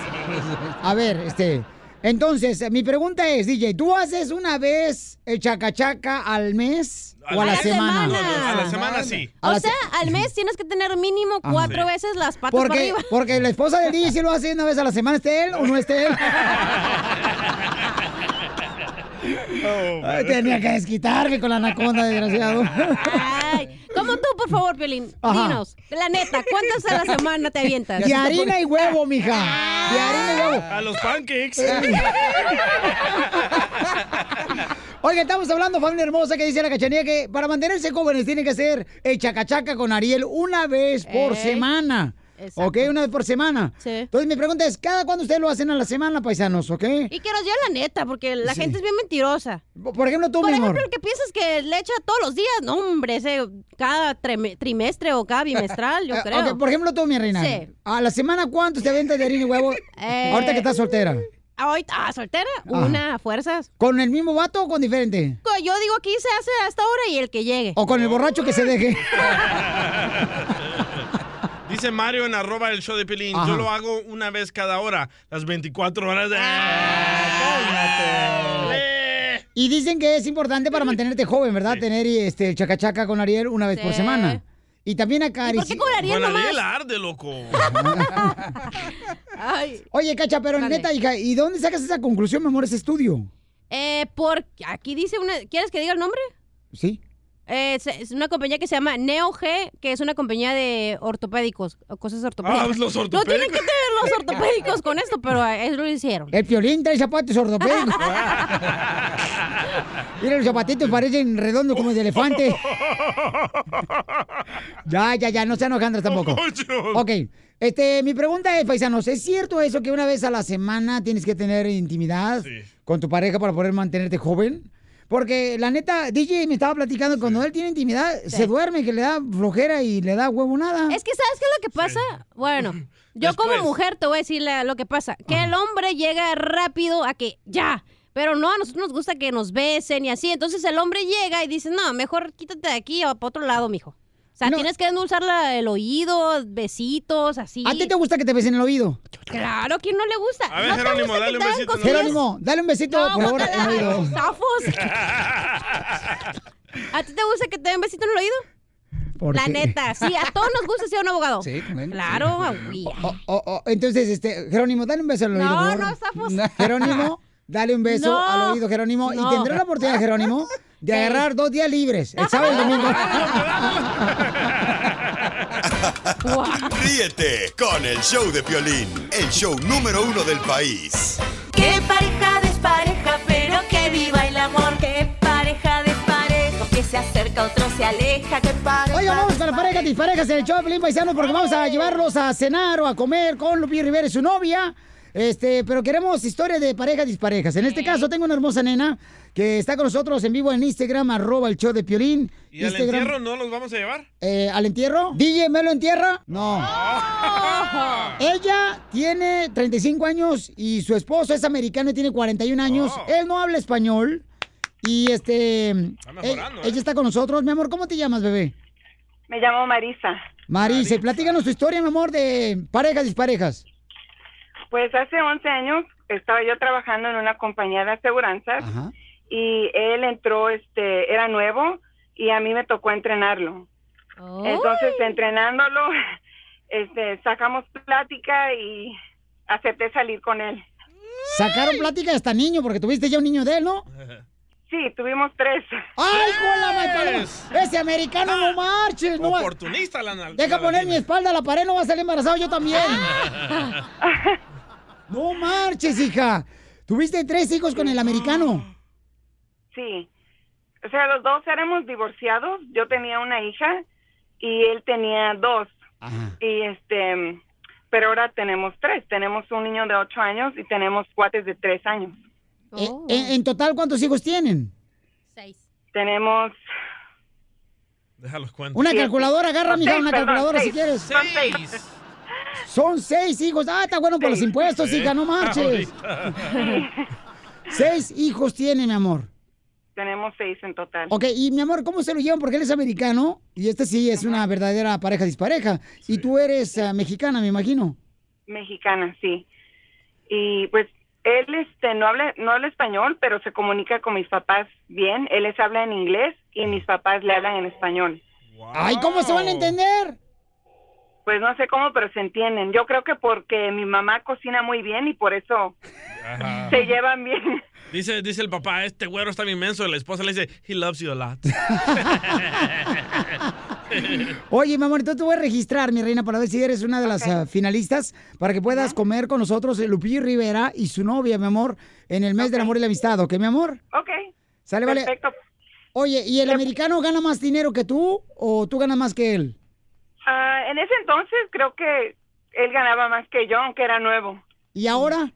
S1: A ver, este. Entonces, eh, mi pregunta es, DJ, ¿tú haces una vez el chacachaca al mes o a la, semana?
S2: A la semana sí.
S1: A
S3: O
S1: la
S3: sea, al mes tienes que tener mínimo
S1: Ajá.
S3: cuatro
S1: Sí.
S3: veces las patas para
S1: Porque,
S3: arriba.
S1: porque la esposa del DJ sí lo hace una vez a la semana, ¿esté él o no esté
S2: [laughs]
S1: él?
S2: Oh,
S1: Ay, tenía que desquitarme con la anaconda, desgraciado.
S3: Ay, como tú, por favor, Piolín.
S1: Ajá.
S3: Dinos, la neta, ¿cuántas a la semana te avientas?
S1: De harina y huevo, mija. De harina y huevo.
S2: A los pancakes.
S1: Eh.
S2: [laughs]
S1: Oiga, estamos hablando, familia hermosa, que dice la cachanilla que para mantenerse jóvenes tienen que hacer el chacachaca con Ariel una vez por
S3: Ey.
S1: semana.
S3: Exacto.
S1: ¿Ok? Una vez por semana. Entonces, mi pregunta es, ¿cada cuándo ustedes lo hacen a la semana, paisanos? ¿Ok?
S3: Y que nos diga la neta, porque la
S1: Sí.
S3: gente es bien mentirosa.
S1: Por ejemplo, tú, mi
S3: Por ejemplo,
S1: amor.
S3: el que piensas que le echa todos los días, no, hombre, ese cada treme- trimestre o cada
S1: [laughs]
S3: bimestral, yo
S1: Eh,
S3: creo.
S1: ok, por ejemplo, tú, mi reina.
S3: Sí.
S1: ¿A la semana cuántos te aventas de harina y huevo?
S3: Eh,
S1: Ahorita que estás soltera.
S3: Ahorita, ah, soltera,
S1: Ajá.
S3: una a fuerzas.
S1: ¿Con el mismo vato o con diferente?
S3: Co- Yo digo aquí se hace hasta ahora y el que llegue.
S1: ¿O con el borracho que se deje?
S3: [laughs]
S2: Dice Mario en arroba el show de Pelín.
S1: Ajá.
S2: Yo lo hago una vez cada hora, las 24 horas de...
S1: Ah,
S2: Eh,
S1: Y dicen que es importante para mantenerte joven, ¿verdad? Tener este, el chacachaca con Ariel una vez por
S2: Sí.
S1: semana. Y también acá.
S3: ¿Por qué con Ariel
S2: Con Ariel
S3: nomás?
S1: [laughs]
S2: arde, loco.
S3: Ay.
S1: Oye, Cacha, pero
S3: Dale.
S1: neta, hija, ¿y dónde sacas esa conclusión, mi amor, ese estudio?
S3: Eh, por, aquí dice una, ¿quieres que diga el nombre?
S1: Sí.
S3: Eh, es- es una compañía que se llama NeoG, que es una compañía de ortopédicos, o cosas ortopédicas.
S1: Ah, pues los
S3: No tienen que
S1: ortopédicos.
S3: tener los ortopédicos con esto, pero eso lo hicieron.
S1: El piolín trae zapatos ortopédicos. Mira, los zapatitos parecen redondos como de elefante. ya, ya, ya, no sean ojandras tampoco. Ok, este, mi pregunta es, paisanos, ¿es cierto eso que una vez a la semana tienes que tener intimidad con tu pareja para poder mantenerte joven? Porque la neta, DJ me estaba platicando, que cuando él tiene intimidad, se duerme, que le da flojera y le da huevo nada.
S3: Es que ¿sabes qué es lo que pasa? Bueno,
S1: [laughs]
S3: yo como mujer te voy a decir la- lo que pasa. Que el hombre llega rápido a que ya. Pero no, a nosotros nos gusta que nos besen y así. Entonces el hombre llega y dice, no, mejor quítate de aquí o para otro lado, mijo. sea, tienes que endulzar la- el oído, besitos, así.
S1: ¿A ti te gusta que te besen el oído?
S3: Claro, ¿quién no le gusta?
S1: A ver,
S3: ¿No te
S1: Jerónimo,
S3: gusta que
S1: dale un
S3: te hagan
S1: besito, ¿no?
S3: cosquillas?
S1: Jerónimo, dale un besito, por favor,
S3: guácala,
S1: en el oído. [laughs]
S3: zafos. ¿A ti te gusta que te den besito en el oído?
S1: ¿Por
S3: La
S1: qué? [laughs]
S3: neta, sí, a todos nos gusta ser un abogado.
S26: Sí,
S3: Claro, agüilla.
S1: O- o- o- Oh, entonces, este, Jerónimo, dale un beso al oído.
S3: No,
S1: por favor.
S3: no, Zafos.
S1: Jerónimo, dale un beso
S3: No,
S1: al oído, Jerónimo.
S3: no.
S1: Y tendrá la oportunidad, Jerónimo, de
S3: Sí.
S1: agarrar dos días libres. El sábado y el domingo.
S6: Ríete con el show de Piolín, el show número uno del país.
S27: Qué pareja despareja, pero que viva el amor. Qué pareja despareja, que se acerca, otro se aleja. Qué pareja.
S1: Oiga, vamos con las parejas disparejas en el show de Pelín Paisano porque vamos a llevarlos a cenar o a comer con Lupi Rivera y su novia. Este, pero queremos historias de parejas disparejas. En este caso tengo una hermosa nena que está con nosotros en vivo en Instagram, arroba el show de Piolín.
S2: ¿Y al
S1: Instagram,
S2: entierro no los vamos a llevar? [laughs]
S1: eh, ¿Al entierro? ¿DJ me lo entierra? No. Ella tiene 35 años y su esposo es americano y tiene 41 años. Él no habla español. Y este.
S9: mejorando,
S1: eh, Ella está con nosotros. Mi amor, ¿cómo te llamas, bebé?
S9: Me llamo Marisa.
S1: Marisa, platícanos tu historia, mi amor, de parejas disparejas.
S9: Pues hace 11 años estaba yo trabajando en una compañía de aseguranzas y él entró, este, era nuevo y a mí me tocó entrenarlo.
S1: Oh.
S9: Entonces, entrenándolo, [laughs] este, sacamos plática y acepté salir con él.
S1: Sacaron plática hasta niño, porque tuviste ya un niño de él, ¿no?
S9: Sí, tuvimos tres.
S1: ¡Ay, con la mal paloma! Ese americano no marches, no va-
S2: Oportunista, la nal-
S1: Deja
S2: la Ah.
S1: poner mi
S2: latina.
S1: espalda a la pared, no va a salir embarazado yo también. No marches, hija. Tuviste tres hijos con el americano.
S9: Sí. O sea, los dos éramos divorciados. Yo tenía una hija y él tenía dos. Y este, pero ahora tenemos tres. Tenemos un niño de ocho años y tenemos cuates de tres años.
S1: Eh, en, en total, ¿cuántos hijos tienen?
S9: Tenemos.
S2: Déjalos cuento.
S1: Una calculadora, agarra, mija, una calculadora si quieres.
S2: Son seis.
S1: Son seis hijos. Ah, está bueno por los impuestos, hija,
S9: [laughs]
S2: [laughs]
S1: no
S9: Ah,
S1: marches. Seis hijos tiene, mi amor.
S9: Tenemos seis en total.
S1: Ok, y mi amor, ¿cómo se lo llevan? Porque él es americano y este sí es una verdadera pareja dispareja. Y tú eres eh, mexicana, me imagino.
S9: Mexicana, sí. Y pues él este no habla no habla español, pero se comunica con mis papás bien. Él les habla en inglés y mis papás le hablan en español.
S1: Ay, ¿cómo se van a entender?
S9: Pues no sé cómo, pero se entienden. Yo creo que porque mi mamá cocina muy bien y por eso
S2: Ajá.
S9: se llevan bien. [laughs]
S2: Dice, dice el papá, este güero está bien inmenso. La esposa le dice, he loves you a lot.
S1: Oye, mi amor, entonces te voy a registrar, mi reina, para ver si eres una de las ah, finalistas para que puedas comer con nosotros eh, Lupillo Rivera y su novia, mi amor, en el mes del amor y la amistad, ¿ok, mi amor?
S9: Ok.
S1: Sale, vale.
S9: Perfecto.
S1: Oye, ¿y el americano gana más dinero que tú o tú ganas más que él?
S9: Ah, en ese entonces creo que él ganaba más que yo, aunque era nuevo.
S1: ¿Y ahora?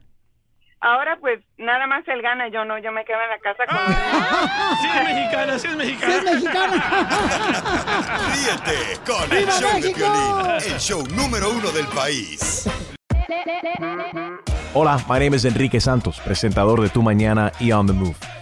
S9: Ahora pues nada más él gana, yo no, yo me quedo en la casa con...
S2: Sí es mexicana, sí es mexicana.
S9: Sí
S6: es
S9: mexicana.
S6: Ríete con el
S9: ¡Viva
S6: show
S9: México!
S6: de Piolín, el show número uno del país.
S15: Hola, my name is Enrique Santos, presentador de Tu Mañana y On the Move.